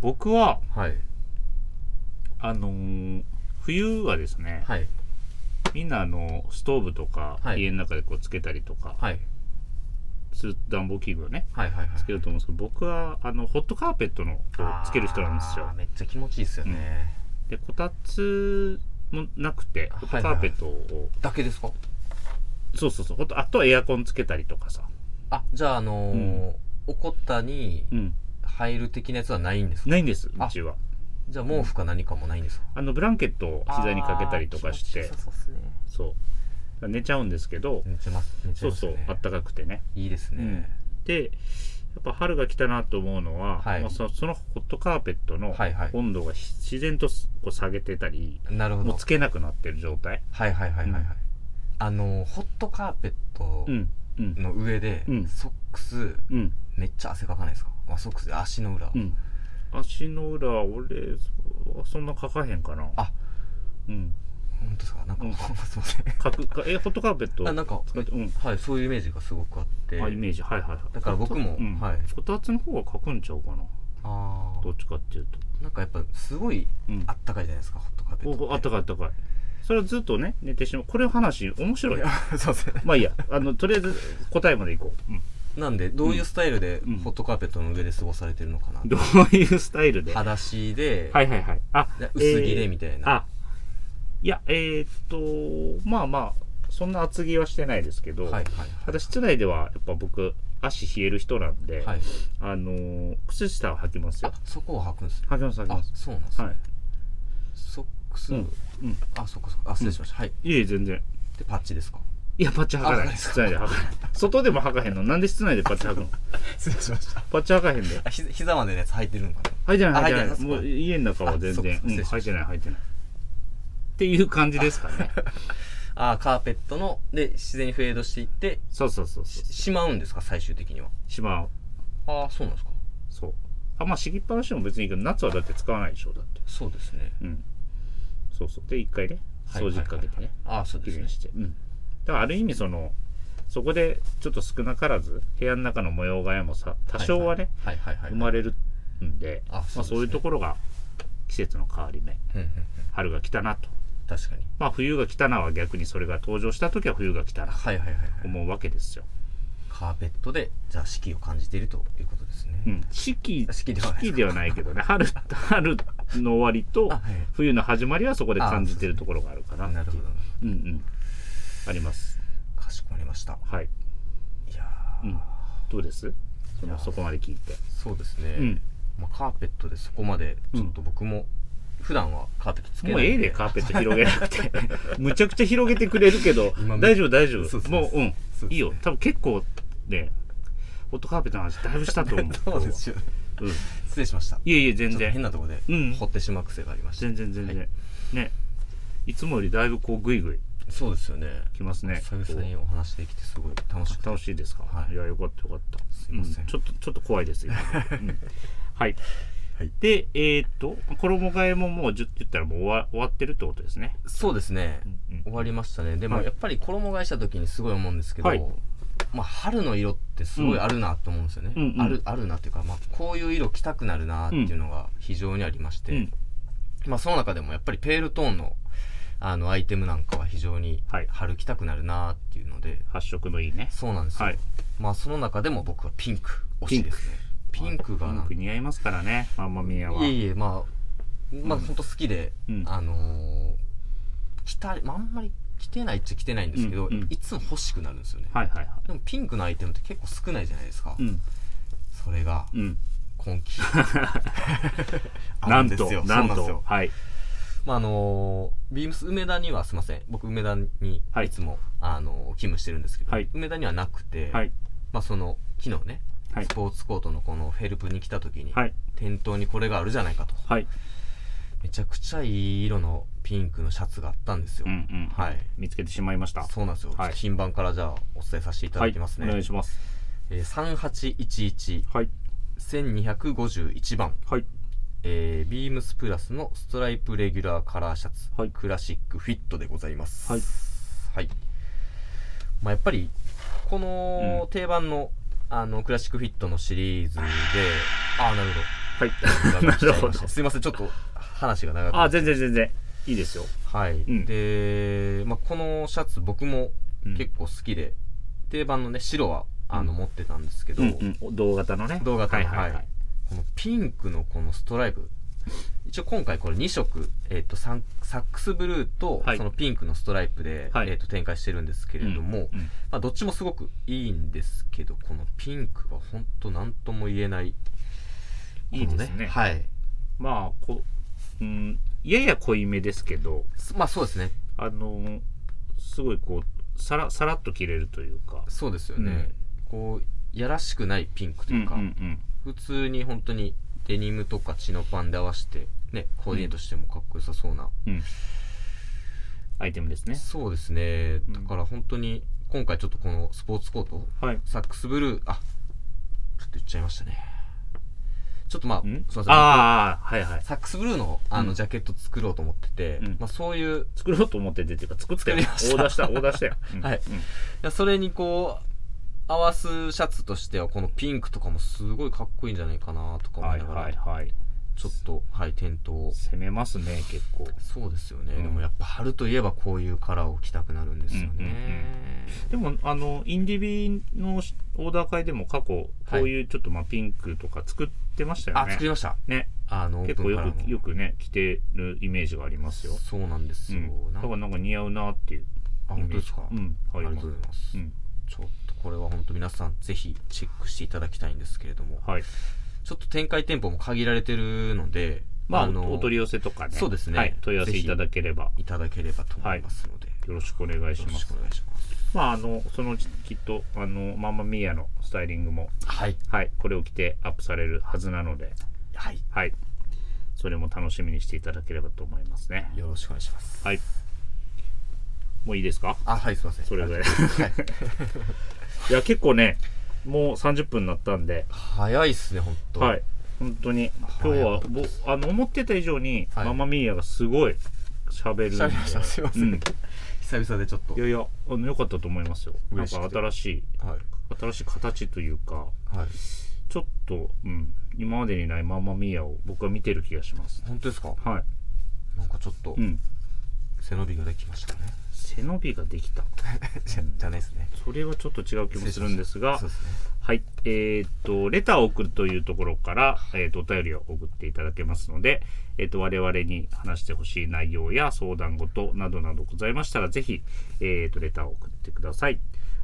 [SPEAKER 1] 僕は、
[SPEAKER 2] はい
[SPEAKER 1] あのー冬はですね、
[SPEAKER 2] はい
[SPEAKER 1] みんなあのストーブとか、
[SPEAKER 2] はい
[SPEAKER 1] 家の中でこうつけたりとか、
[SPEAKER 2] はい
[SPEAKER 1] する暖房器具をね
[SPEAKER 2] はいはいはい
[SPEAKER 1] つけると思うんですけど僕はあのホットカーペットのをつける人なんですよ
[SPEAKER 2] あーめっちゃ気持ちいいですよね、
[SPEAKER 1] でこたつもなくてホットカーペットを、
[SPEAKER 2] だけですか
[SPEAKER 1] そうそうそうほんとあとはエアコンつけたりとかさ、
[SPEAKER 2] あじゃああのー
[SPEAKER 1] うん
[SPEAKER 2] 怒ったに
[SPEAKER 1] うん、
[SPEAKER 2] 入る的なやつはないんですか
[SPEAKER 1] ないんですう
[SPEAKER 2] あ
[SPEAKER 1] ちは
[SPEAKER 2] じゃあ毛布か何かもないんですか
[SPEAKER 1] あのブランケットを膝にかけたりとかし
[SPEAKER 2] あー気
[SPEAKER 1] て
[SPEAKER 2] 持ちよさそうっすね
[SPEAKER 1] そう寝ちゃうんですけど、
[SPEAKER 2] 寝てます寝ちゃ
[SPEAKER 1] そ
[SPEAKER 2] いうます
[SPEAKER 1] そう
[SPEAKER 2] ね
[SPEAKER 1] あったかくてね
[SPEAKER 2] いいですね、
[SPEAKER 1] でやっぱ春が来たなと思うのは、
[SPEAKER 2] はい
[SPEAKER 1] まあ、そそのホットカーペットの
[SPEAKER 2] はいはい
[SPEAKER 1] 温度がひ自然とすこう下げてたり、
[SPEAKER 2] なるほ
[SPEAKER 1] もう
[SPEAKER 2] ど
[SPEAKER 1] つけなくなってる状態
[SPEAKER 2] はいはいはいはいはい、
[SPEAKER 1] うん
[SPEAKER 2] あのーホットカーペット
[SPEAKER 1] うんうん
[SPEAKER 2] の上で、
[SPEAKER 1] うん
[SPEAKER 2] ソックス
[SPEAKER 1] うん
[SPEAKER 2] めっちゃ汗かかないですか、まあ、ソックスで足の裏、
[SPEAKER 1] うん足の裏俺そそんなかかへんかな
[SPEAKER 2] あ
[SPEAKER 1] うん
[SPEAKER 2] 本当ですかなんか、
[SPEAKER 1] うん
[SPEAKER 2] すいません
[SPEAKER 1] かくかえホットカーペット
[SPEAKER 2] あなんか、
[SPEAKER 1] 使えてうん
[SPEAKER 2] はいそういうイメージがすごくあって
[SPEAKER 1] あイメージはいはいはい
[SPEAKER 2] だから僕も
[SPEAKER 1] うん
[SPEAKER 2] はい
[SPEAKER 1] こたつの方が書くんちゃうかな
[SPEAKER 2] あ
[SPEAKER 1] どっちかっていうと
[SPEAKER 2] あなんかやっぱすごい
[SPEAKER 1] うん
[SPEAKER 2] あったかいじゃないですかホットカーペット
[SPEAKER 1] おあった
[SPEAKER 2] か
[SPEAKER 1] かいあったかいそれはずっとね寝てしまうこれ話面白い
[SPEAKER 2] いやそうですね
[SPEAKER 1] まあいいやあのとりあえず答えまでいこう、
[SPEAKER 2] なんでどういうスタイルで
[SPEAKER 1] うん
[SPEAKER 2] ホットカーペットの上で過ごされてるのかな、
[SPEAKER 1] どういうスタイルでは
[SPEAKER 2] 裸足で、
[SPEAKER 1] いはいはいあ
[SPEAKER 2] で薄着
[SPEAKER 1] え
[SPEAKER 2] で
[SPEAKER 1] ー
[SPEAKER 2] みたいな、
[SPEAKER 1] あいやえー、っとまあまあそんな厚着はしてないですけど、
[SPEAKER 2] はいはい
[SPEAKER 1] ただ室内ではやっぱ僕足冷える人なんで、
[SPEAKER 2] はい、はい、
[SPEAKER 1] あのー靴下を履きますよ
[SPEAKER 2] あそこを履くんですね
[SPEAKER 1] 履きます履き
[SPEAKER 2] あ
[SPEAKER 1] ます
[SPEAKER 2] そうなんですね、
[SPEAKER 1] はい
[SPEAKER 2] ソックス、
[SPEAKER 1] うんうん
[SPEAKER 2] あそっかそっかあ失礼しました、はい
[SPEAKER 1] いえいえ全然
[SPEAKER 2] でパッチですか
[SPEAKER 1] いや、パッチ履か
[SPEAKER 2] あ履か
[SPEAKER 1] な。
[SPEAKER 2] ないいですか
[SPEAKER 1] 室内で履かない。外でも履かへんの。なんで室内でパッチ履くの
[SPEAKER 2] (laughs) 失礼しました
[SPEAKER 1] パッチ履かへんで。
[SPEAKER 2] あひ膝までのやつ履いてるのかな
[SPEAKER 1] 履いてない、
[SPEAKER 2] あ
[SPEAKER 1] 履いて
[SPEAKER 2] 履いてな
[SPEAKER 1] ないい。もう家の中は全
[SPEAKER 2] あそうか
[SPEAKER 1] 然、うん
[SPEAKER 2] 失礼
[SPEAKER 1] 履
[SPEAKER 2] しま
[SPEAKER 1] い
[SPEAKER 2] した
[SPEAKER 1] てない、履いてない。っていう感じですか
[SPEAKER 2] (laughs)
[SPEAKER 1] ね。
[SPEAKER 2] あーカーペットので自然にフェードしていって
[SPEAKER 1] そうそうそうそ
[SPEAKER 2] ししまうんですか最終的には
[SPEAKER 1] う。しまう。
[SPEAKER 2] ああそうなんですか
[SPEAKER 1] そう。あ、まあ、敷きっぱなしでも別にいいけど、夏はだって使わないでしょ、だって。
[SPEAKER 2] そうですね
[SPEAKER 1] うん。そうそう。で、一回ね、
[SPEAKER 2] はい
[SPEAKER 1] 掃除機かけてね、
[SPEAKER 2] ああそう
[SPEAKER 1] き
[SPEAKER 2] です
[SPEAKER 1] れい
[SPEAKER 2] ね
[SPEAKER 1] にして。うん。だから、ある意味、その、そこでちょっと少なからず、部屋の中の模様替えもさ、多少はね、
[SPEAKER 2] はいはいはい、はい
[SPEAKER 1] 生まれるんで、
[SPEAKER 2] あ
[SPEAKER 1] まあ、
[SPEAKER 2] そうですね
[SPEAKER 1] そういうところが季節の変わり目
[SPEAKER 2] うんうんうん
[SPEAKER 1] 春が来たなと、
[SPEAKER 2] 確かに
[SPEAKER 1] まあ、冬が来たなは逆にそれが登場した時は冬が来たなと
[SPEAKER 2] はいはいはいはい
[SPEAKER 1] 思うわけですよ
[SPEAKER 2] カーペットでじゃあ四季を感じているということですね、
[SPEAKER 1] うん、四季
[SPEAKER 2] 四季ではない
[SPEAKER 1] 四季ではないけどね春春の終わりと
[SPEAKER 2] あはい
[SPEAKER 1] 冬の始まりはそこで感じてるところがあるかな
[SPEAKER 2] なるほど
[SPEAKER 1] うんうんあります
[SPEAKER 2] かしこまりました
[SPEAKER 1] はい
[SPEAKER 2] いやー、
[SPEAKER 1] うんどうですそ
[SPEAKER 2] い
[SPEAKER 1] の
[SPEAKER 2] や
[SPEAKER 1] そこまで聞いて
[SPEAKER 2] そうですね、
[SPEAKER 1] うん
[SPEAKER 2] まあ、カーペットでそこまでちょっと僕も普段はカーペットつけ
[SPEAKER 1] も
[SPEAKER 2] な
[SPEAKER 1] う
[SPEAKER 2] い
[SPEAKER 1] ええ
[SPEAKER 2] ん
[SPEAKER 1] でカーペット広げなく
[SPEAKER 2] (laughs)
[SPEAKER 1] てむちゃくちゃ広げてくれるけど
[SPEAKER 2] 今め
[SPEAKER 1] 大丈夫大丈
[SPEAKER 2] そ
[SPEAKER 1] 夫
[SPEAKER 2] うそう
[SPEAKER 1] もううん
[SPEAKER 2] そう
[SPEAKER 1] いいよ多分結構ねホットカーペットの話だいぶしたと思う
[SPEAKER 2] そうですよね
[SPEAKER 1] 今日は
[SPEAKER 2] 失礼しました
[SPEAKER 1] うんいえいえ全
[SPEAKER 2] ちょっと変
[SPEAKER 1] 然
[SPEAKER 2] なところ
[SPEAKER 1] うん
[SPEAKER 2] で掘ってしまう癖がありました、
[SPEAKER 1] 全然全然、
[SPEAKER 2] はい
[SPEAKER 1] ねいつもよりだいぶこうグイグイ
[SPEAKER 2] そうですよね
[SPEAKER 1] きますね
[SPEAKER 2] 久々にお話できてすごい楽しくて
[SPEAKER 1] 楽しいですか、
[SPEAKER 2] はい
[SPEAKER 1] いやよかったよかった
[SPEAKER 2] すいません
[SPEAKER 1] うちょっとちょっと怖い
[SPEAKER 2] (laughs)
[SPEAKER 1] です今、うんはい、
[SPEAKER 2] はい
[SPEAKER 1] でえーっと衣替えももうじゅ言ったらもう終わ終わってるってことですね、
[SPEAKER 2] そうですね、
[SPEAKER 1] うん
[SPEAKER 2] 終わりましたねでも
[SPEAKER 1] はい
[SPEAKER 2] やっぱり衣替えした時にすごい思うんですけど、
[SPEAKER 1] はい
[SPEAKER 2] まあ、春の色ってすごいあるなと思うんですよね、
[SPEAKER 1] うんうん
[SPEAKER 2] あるあるなっていうか、まあ、こういう色着たくなるなっていうのが非常にありまして、
[SPEAKER 1] うん
[SPEAKER 2] まあ、その中でもやっぱりペールトーンのあのアイテムなんかは非常に
[SPEAKER 1] はい
[SPEAKER 2] 春着たくなるなっていうので、
[SPEAKER 1] 発色のいいね
[SPEAKER 2] そうなんですよ、
[SPEAKER 1] はい
[SPEAKER 2] まあその中でも僕はピンク推しですねピンクが
[SPEAKER 1] ピ
[SPEAKER 2] な
[SPEAKER 1] ン
[SPEAKER 2] ん
[SPEAKER 1] ク似合いますからねマンマミアはい
[SPEAKER 2] えいえまあまあ
[SPEAKER 1] うん
[SPEAKER 2] 本当好きで、
[SPEAKER 1] うん
[SPEAKER 2] あのー着たい、まあ、あんまり着てないっちゃ着てないんですけど、
[SPEAKER 1] うんうん
[SPEAKER 2] いつも欲しくなるんですよね、
[SPEAKER 1] はいはいはい
[SPEAKER 2] でもピンクのアイテムって結構少ないじゃないですか、
[SPEAKER 1] うん
[SPEAKER 2] それが
[SPEAKER 1] うん
[SPEAKER 2] 今季
[SPEAKER 1] な
[SPEAKER 2] ある
[SPEAKER 1] ん
[SPEAKER 2] です
[SPEAKER 1] と
[SPEAKER 2] よ
[SPEAKER 1] (laughs) なん
[SPEAKER 2] そうです
[SPEAKER 1] と
[SPEAKER 2] よ
[SPEAKER 1] はい
[SPEAKER 2] まああのービームス梅田にはすいません僕梅田に
[SPEAKER 1] はい
[SPEAKER 2] いつも、あのー勤務してるんですけど、
[SPEAKER 1] はい
[SPEAKER 2] 梅田にはなくて、
[SPEAKER 1] はい
[SPEAKER 2] まあその昨日ね
[SPEAKER 1] はい
[SPEAKER 2] スポーツコートのこのフェルプに来た時に、
[SPEAKER 1] はい
[SPEAKER 2] 店頭にこれがあるじゃないかと、
[SPEAKER 1] はい
[SPEAKER 2] めちゃくちゃいい色のピンクのシャツがあったんですよ、
[SPEAKER 1] うんうん
[SPEAKER 2] はい
[SPEAKER 1] 見つけてしまいました
[SPEAKER 2] そうなんです
[SPEAKER 1] は
[SPEAKER 2] よ、
[SPEAKER 1] い
[SPEAKER 2] ちょっと品番からじゃあお伝えさせていた
[SPEAKER 1] は
[SPEAKER 2] だ
[SPEAKER 1] い
[SPEAKER 2] きます
[SPEAKER 1] お
[SPEAKER 2] ね、
[SPEAKER 1] 願いします
[SPEAKER 2] えー、
[SPEAKER 1] はい
[SPEAKER 2] 3811-1251番、
[SPEAKER 1] はい
[SPEAKER 2] えー、ビームスプラスのストライプレギュラーカラーシャツ、
[SPEAKER 1] はい
[SPEAKER 2] クラシックフィットでございます
[SPEAKER 1] はい、
[SPEAKER 2] はいまあ、やっぱりこ
[SPEAKER 1] う
[SPEAKER 2] の
[SPEAKER 1] ん
[SPEAKER 2] 定番の,、あのクラシックフィットのシリーズでああなるほど
[SPEAKER 1] はい
[SPEAKER 2] (laughs) な
[SPEAKER 1] (laughs) なるほど
[SPEAKER 2] すいません、ちょっと話が長くな
[SPEAKER 1] あ
[SPEAKER 2] っ
[SPEAKER 1] 全然全然いいですよ
[SPEAKER 2] はい。
[SPEAKER 1] ん
[SPEAKER 2] で、まあ、このシャツ僕も
[SPEAKER 1] うん
[SPEAKER 2] 結構好きで、定番のね、白は、あの、
[SPEAKER 1] うん
[SPEAKER 2] 持ってたんですけど、
[SPEAKER 1] うんうん、同型のね
[SPEAKER 2] 同型の
[SPEAKER 1] はいはいは
[SPEAKER 2] はいいこのピンクのこのストライプ、一応今回これ2色、えっ、とサン、サックスブルーと
[SPEAKER 1] はい、
[SPEAKER 2] そのピンクのストライプで、
[SPEAKER 1] はい
[SPEAKER 2] えっ、と、展開してるんですけれども、
[SPEAKER 1] うんうん
[SPEAKER 2] まあ、どっちもすごくいいんですけど、このピンクが本当なんとも言えない。
[SPEAKER 1] いいですね
[SPEAKER 2] このはい。
[SPEAKER 1] まあこうんやや濃いめですけど
[SPEAKER 2] すまあそうですね。
[SPEAKER 1] あのーすごいこうさらさらっと着れるというか
[SPEAKER 2] そうですよね、こうやらしくないピンクと
[SPEAKER 1] う
[SPEAKER 2] い
[SPEAKER 1] ん
[SPEAKER 2] うか、
[SPEAKER 1] うん
[SPEAKER 2] 普通に本当にデニムとかチノパンで合わせてねコーディネートしてもかっこよさそうな、
[SPEAKER 1] うんうんアイテムですね
[SPEAKER 2] そうですね
[SPEAKER 1] うん
[SPEAKER 2] だから本当に今回ちょっとこのスポーツコート
[SPEAKER 1] はい
[SPEAKER 2] サックスブルーあちょっと言っちゃいましたねちょっとまあすい
[SPEAKER 1] ん
[SPEAKER 2] ません
[SPEAKER 1] ああはいはい
[SPEAKER 2] サックスブルーのあ
[SPEAKER 1] うん
[SPEAKER 2] のジャケット作ろうと思ってて、
[SPEAKER 1] うん
[SPEAKER 2] まあ、そういう
[SPEAKER 1] 作ろうと思って出ていうか作ったよオ
[SPEAKER 2] 作
[SPEAKER 1] ー
[SPEAKER 2] りました
[SPEAKER 1] ダーしたオーダー (laughs) したよ、うん
[SPEAKER 2] はいいやそれにこう合わすシャツとしてはこのピンクとかもすごいかっこいいんじゃないかなと
[SPEAKER 1] う
[SPEAKER 2] か
[SPEAKER 1] ん
[SPEAKER 2] 思
[SPEAKER 1] はいい
[SPEAKER 2] ながら、
[SPEAKER 1] はいはい
[SPEAKER 2] ちょっと、はい、点灯。
[SPEAKER 1] 攻めますね結構
[SPEAKER 2] そうですよね、
[SPEAKER 1] うん
[SPEAKER 2] でもやっぱ春といえばこういうカラーを着たくなるんですよね。
[SPEAKER 1] でもあのインディビのオーダー会でも過去こういうちょっとまあピンクとか作ってましたよね、
[SPEAKER 2] あ、作りました。
[SPEAKER 1] ね
[SPEAKER 2] あの、オー
[SPEAKER 1] 結構
[SPEAKER 2] プンから
[SPEAKER 1] よ
[SPEAKER 2] も
[SPEAKER 1] くよくね着てるイメージがありますよ
[SPEAKER 2] そうなんですよ。
[SPEAKER 1] うん、だ
[SPEAKER 2] なん
[SPEAKER 1] から
[SPEAKER 2] か
[SPEAKER 1] なんか似合うなっていう
[SPEAKER 2] あ、
[SPEAKER 1] イ
[SPEAKER 2] 本
[SPEAKER 1] メー
[SPEAKER 2] 当で
[SPEAKER 1] ジ
[SPEAKER 2] すか。
[SPEAKER 1] うん
[SPEAKER 2] あ
[SPEAKER 1] 入
[SPEAKER 2] り
[SPEAKER 1] り
[SPEAKER 2] が
[SPEAKER 1] ます
[SPEAKER 2] とうございます。
[SPEAKER 1] うん
[SPEAKER 2] ちょっとこれは本当皆さんぜひチェックしていただきたいんですけれども、
[SPEAKER 1] はい
[SPEAKER 2] ちょっと展開店舗も限られてるので、
[SPEAKER 1] まあ
[SPEAKER 2] の
[SPEAKER 1] おお取り寄せとかね
[SPEAKER 2] そうですね
[SPEAKER 1] はい、問い合わせ
[SPEAKER 2] ぜ
[SPEAKER 1] い
[SPEAKER 2] ひ
[SPEAKER 1] ただければ
[SPEAKER 2] いただければと思いますので、
[SPEAKER 1] よろしくお願いし
[SPEAKER 2] よろ
[SPEAKER 1] ま
[SPEAKER 2] し
[SPEAKER 1] す
[SPEAKER 2] くお願いします。
[SPEAKER 1] まああのそのうちきっとあのママミーヤのスタイリングも
[SPEAKER 2] はい。
[SPEAKER 1] はいこれを着てアップされるはずなので
[SPEAKER 2] はい。
[SPEAKER 1] はいそれも楽しみにしていただければと思いますね
[SPEAKER 2] よろしくお願いします。
[SPEAKER 1] はいもういいですか
[SPEAKER 2] あ、はい、すいません。
[SPEAKER 1] それぐらい (laughs)
[SPEAKER 2] はい。
[SPEAKER 1] いや結構ねもう30分になったんで
[SPEAKER 2] 早いっすね、本当。
[SPEAKER 1] はい。本当に今日はぼあの思ってた以上に、
[SPEAKER 2] はい
[SPEAKER 1] ママミーヤがすごい喋るんで
[SPEAKER 2] 喋りましたすいません
[SPEAKER 1] うん、い
[SPEAKER 2] 久々でちょっと。
[SPEAKER 1] やいやあの良かったと思いますよなん
[SPEAKER 2] 嬉しくて
[SPEAKER 1] か新しい
[SPEAKER 2] はい。
[SPEAKER 1] 新しい形というか
[SPEAKER 2] はい。
[SPEAKER 1] ちょっと、うん、今までにないママミーヤを僕は見てる気がします
[SPEAKER 2] 本当ですか
[SPEAKER 1] はい、
[SPEAKER 2] なんかちょっと
[SPEAKER 1] うん、
[SPEAKER 2] 背伸びができましたね。
[SPEAKER 1] 背伸びができた
[SPEAKER 2] (laughs) じゃ、じゃないですね。
[SPEAKER 1] そこれはちょっと違う気もするんですが
[SPEAKER 2] そうですね
[SPEAKER 1] はい。えーっと、レターを送るというところから、えーっと、お便りを送っていただけますので、えーっと、我々に話してほしい内容や相談事などなどございましたら、ぜひ、えーっと、レターを送ってください。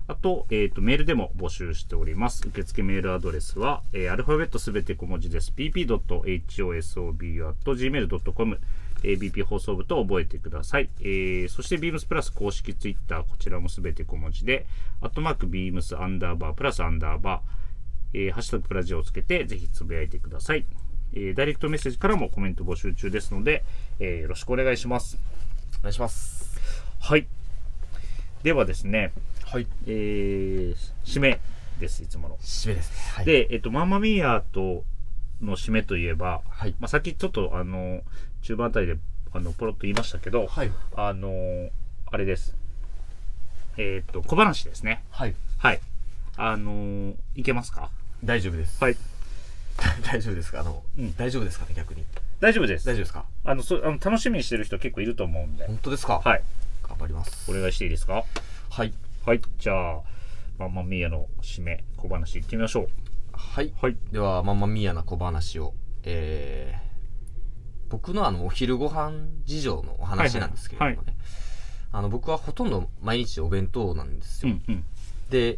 [SPEAKER 1] あと、えーっと、メールでも募集しております。受付メールアドレスは、えーアルファベットすべて小文字です。pp.hosobu.gmail.com BP 放送部と覚えてください。えーそして Beams プラス公式ツイッター、こちらもすべて小文字で、アットマーク Beams アンダーバープラスアンダーバー、えーハッシュタグプラジオをつけて、ぜひつぶやいてください。えーダイレクトメッセージからもコメント募集中ですので、えーよろしくお願いします。
[SPEAKER 2] お願いします
[SPEAKER 1] はい。ではですね、
[SPEAKER 2] はい
[SPEAKER 1] えー締めです、いつもの。
[SPEAKER 2] 締めですねはい
[SPEAKER 1] で、えっと、マンマミーアとの締めといえば、
[SPEAKER 2] はい
[SPEAKER 1] まあ、さっきちょっと、あの、中盤あたりで、あの、ポロッと言いましたけど、
[SPEAKER 2] はい
[SPEAKER 1] あのーあれです。えーっと、小話ですね。
[SPEAKER 2] はい
[SPEAKER 1] はい。あのーいけますか
[SPEAKER 2] 大丈夫です
[SPEAKER 1] はい。
[SPEAKER 2] (laughs) 大丈夫ですかあの、
[SPEAKER 1] うん
[SPEAKER 2] 大丈夫ですかね逆に
[SPEAKER 1] 大丈夫です。
[SPEAKER 2] 大丈夫ですか
[SPEAKER 1] あの、そう、あの、楽しみにしてる人結構いると思うんで。
[SPEAKER 2] 本当ですか
[SPEAKER 1] はい。
[SPEAKER 2] 頑張ります
[SPEAKER 1] お願いしていいですか
[SPEAKER 2] はい
[SPEAKER 1] はい。じゃあ、マンマミーアの締め、小話行ってみましょう。
[SPEAKER 2] はい
[SPEAKER 1] はい。
[SPEAKER 2] ではマンマミーヤな小話をえー僕のあのお昼ご飯事情のお話なんですけれどもね、
[SPEAKER 1] はい
[SPEAKER 2] あの僕はほとんど毎日お弁当なんです
[SPEAKER 1] う
[SPEAKER 2] よ、
[SPEAKER 1] ん、うん。
[SPEAKER 2] で、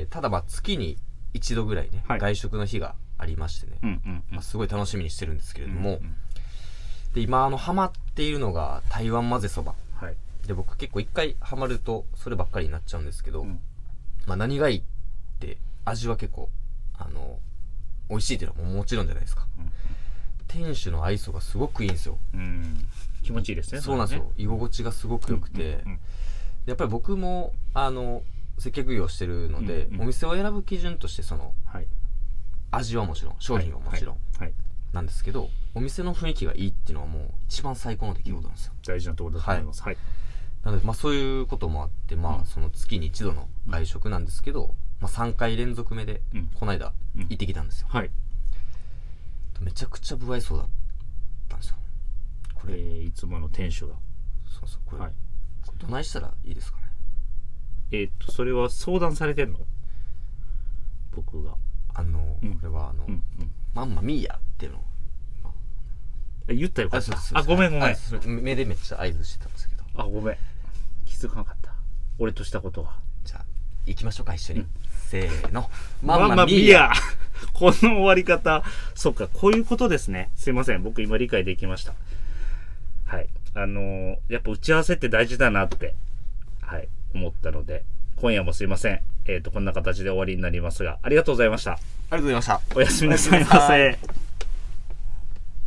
[SPEAKER 2] えーただまあ月に一度ぐらいね、
[SPEAKER 1] はい
[SPEAKER 2] 外食の日がありましてね、
[SPEAKER 1] うん、うんうん
[SPEAKER 2] まあ、。すごい楽しみにしてるんですけれども、
[SPEAKER 1] んん
[SPEAKER 2] で今あのハマっているのが台湾混ぜそば
[SPEAKER 1] はい。
[SPEAKER 2] で僕結構一回ハマるとそればっかりになっちゃうんですけど、
[SPEAKER 1] うん
[SPEAKER 2] まあ、何がいいって味は結構あの美味しいっていうのはもうもちろんじゃないですか、
[SPEAKER 1] うん
[SPEAKER 2] 店主の愛想がすごくいいんですよ
[SPEAKER 1] うん。気持ちいいですね。
[SPEAKER 2] そうなんですよ、居心地がすごく良くて、
[SPEAKER 1] うんうん
[SPEAKER 2] やっぱり僕もあの接客業してるので、
[SPEAKER 1] うんうん
[SPEAKER 2] お店を選ぶ基準としてその
[SPEAKER 1] はい。
[SPEAKER 2] 味はもちろん商品はもちろん
[SPEAKER 1] はい。はい
[SPEAKER 2] なんですけど、お店の雰囲気がいいっていうのはもう一番最高の出来事なんですよ、
[SPEAKER 1] 大事なところだと思います。はい。
[SPEAKER 2] なので、まあ、そういうこともあって、ま
[SPEAKER 1] うん
[SPEAKER 2] あ、その月に一度の外食なんですけど、まあ、3回連続目で
[SPEAKER 1] うん、
[SPEAKER 2] この間、
[SPEAKER 1] うん
[SPEAKER 2] 行ってきたんですよ。
[SPEAKER 1] はい。
[SPEAKER 2] めちゃくちゃ不愛想だったんですよ。こ
[SPEAKER 1] え
[SPEAKER 2] れ、
[SPEAKER 1] ー、いつもの店主が。
[SPEAKER 2] そうそう、これ、
[SPEAKER 1] はい。
[SPEAKER 2] これどないしたらいいですかね。
[SPEAKER 1] えーっと、それは相談されてんの僕が。
[SPEAKER 2] あの、
[SPEAKER 1] うん
[SPEAKER 2] これは、あの、
[SPEAKER 1] うん、うん。
[SPEAKER 2] マンマミーヤっていうのを
[SPEAKER 1] あ言ったよかった
[SPEAKER 2] そうそう
[SPEAKER 1] あごめんごめん、
[SPEAKER 2] はいそう目でめっちゃ合図してたんですけど、
[SPEAKER 1] あごめん気づかなかった俺としたことは
[SPEAKER 2] じゃあ、行きましょうか、一緒に。せーの、
[SPEAKER 1] ま
[SPEAKER 2] マ
[SPEAKER 1] あ
[SPEAKER 2] ン
[SPEAKER 1] ま
[SPEAKER 2] マ
[SPEAKER 1] あ
[SPEAKER 2] ミーヤ。
[SPEAKER 1] (laughs) この終わり方そっかこういうことですねすいません僕今理解できましたはいあのーやっぱ打ち合わせって大事だなってはい思ったので今夜もすいませんえっ、とこんな形で終わりになりますがありがとうございました
[SPEAKER 2] ありがとうございました。
[SPEAKER 1] おやすみなさいま
[SPEAKER 2] おやすみなさ
[SPEAKER 1] せ
[SPEAKER 2] い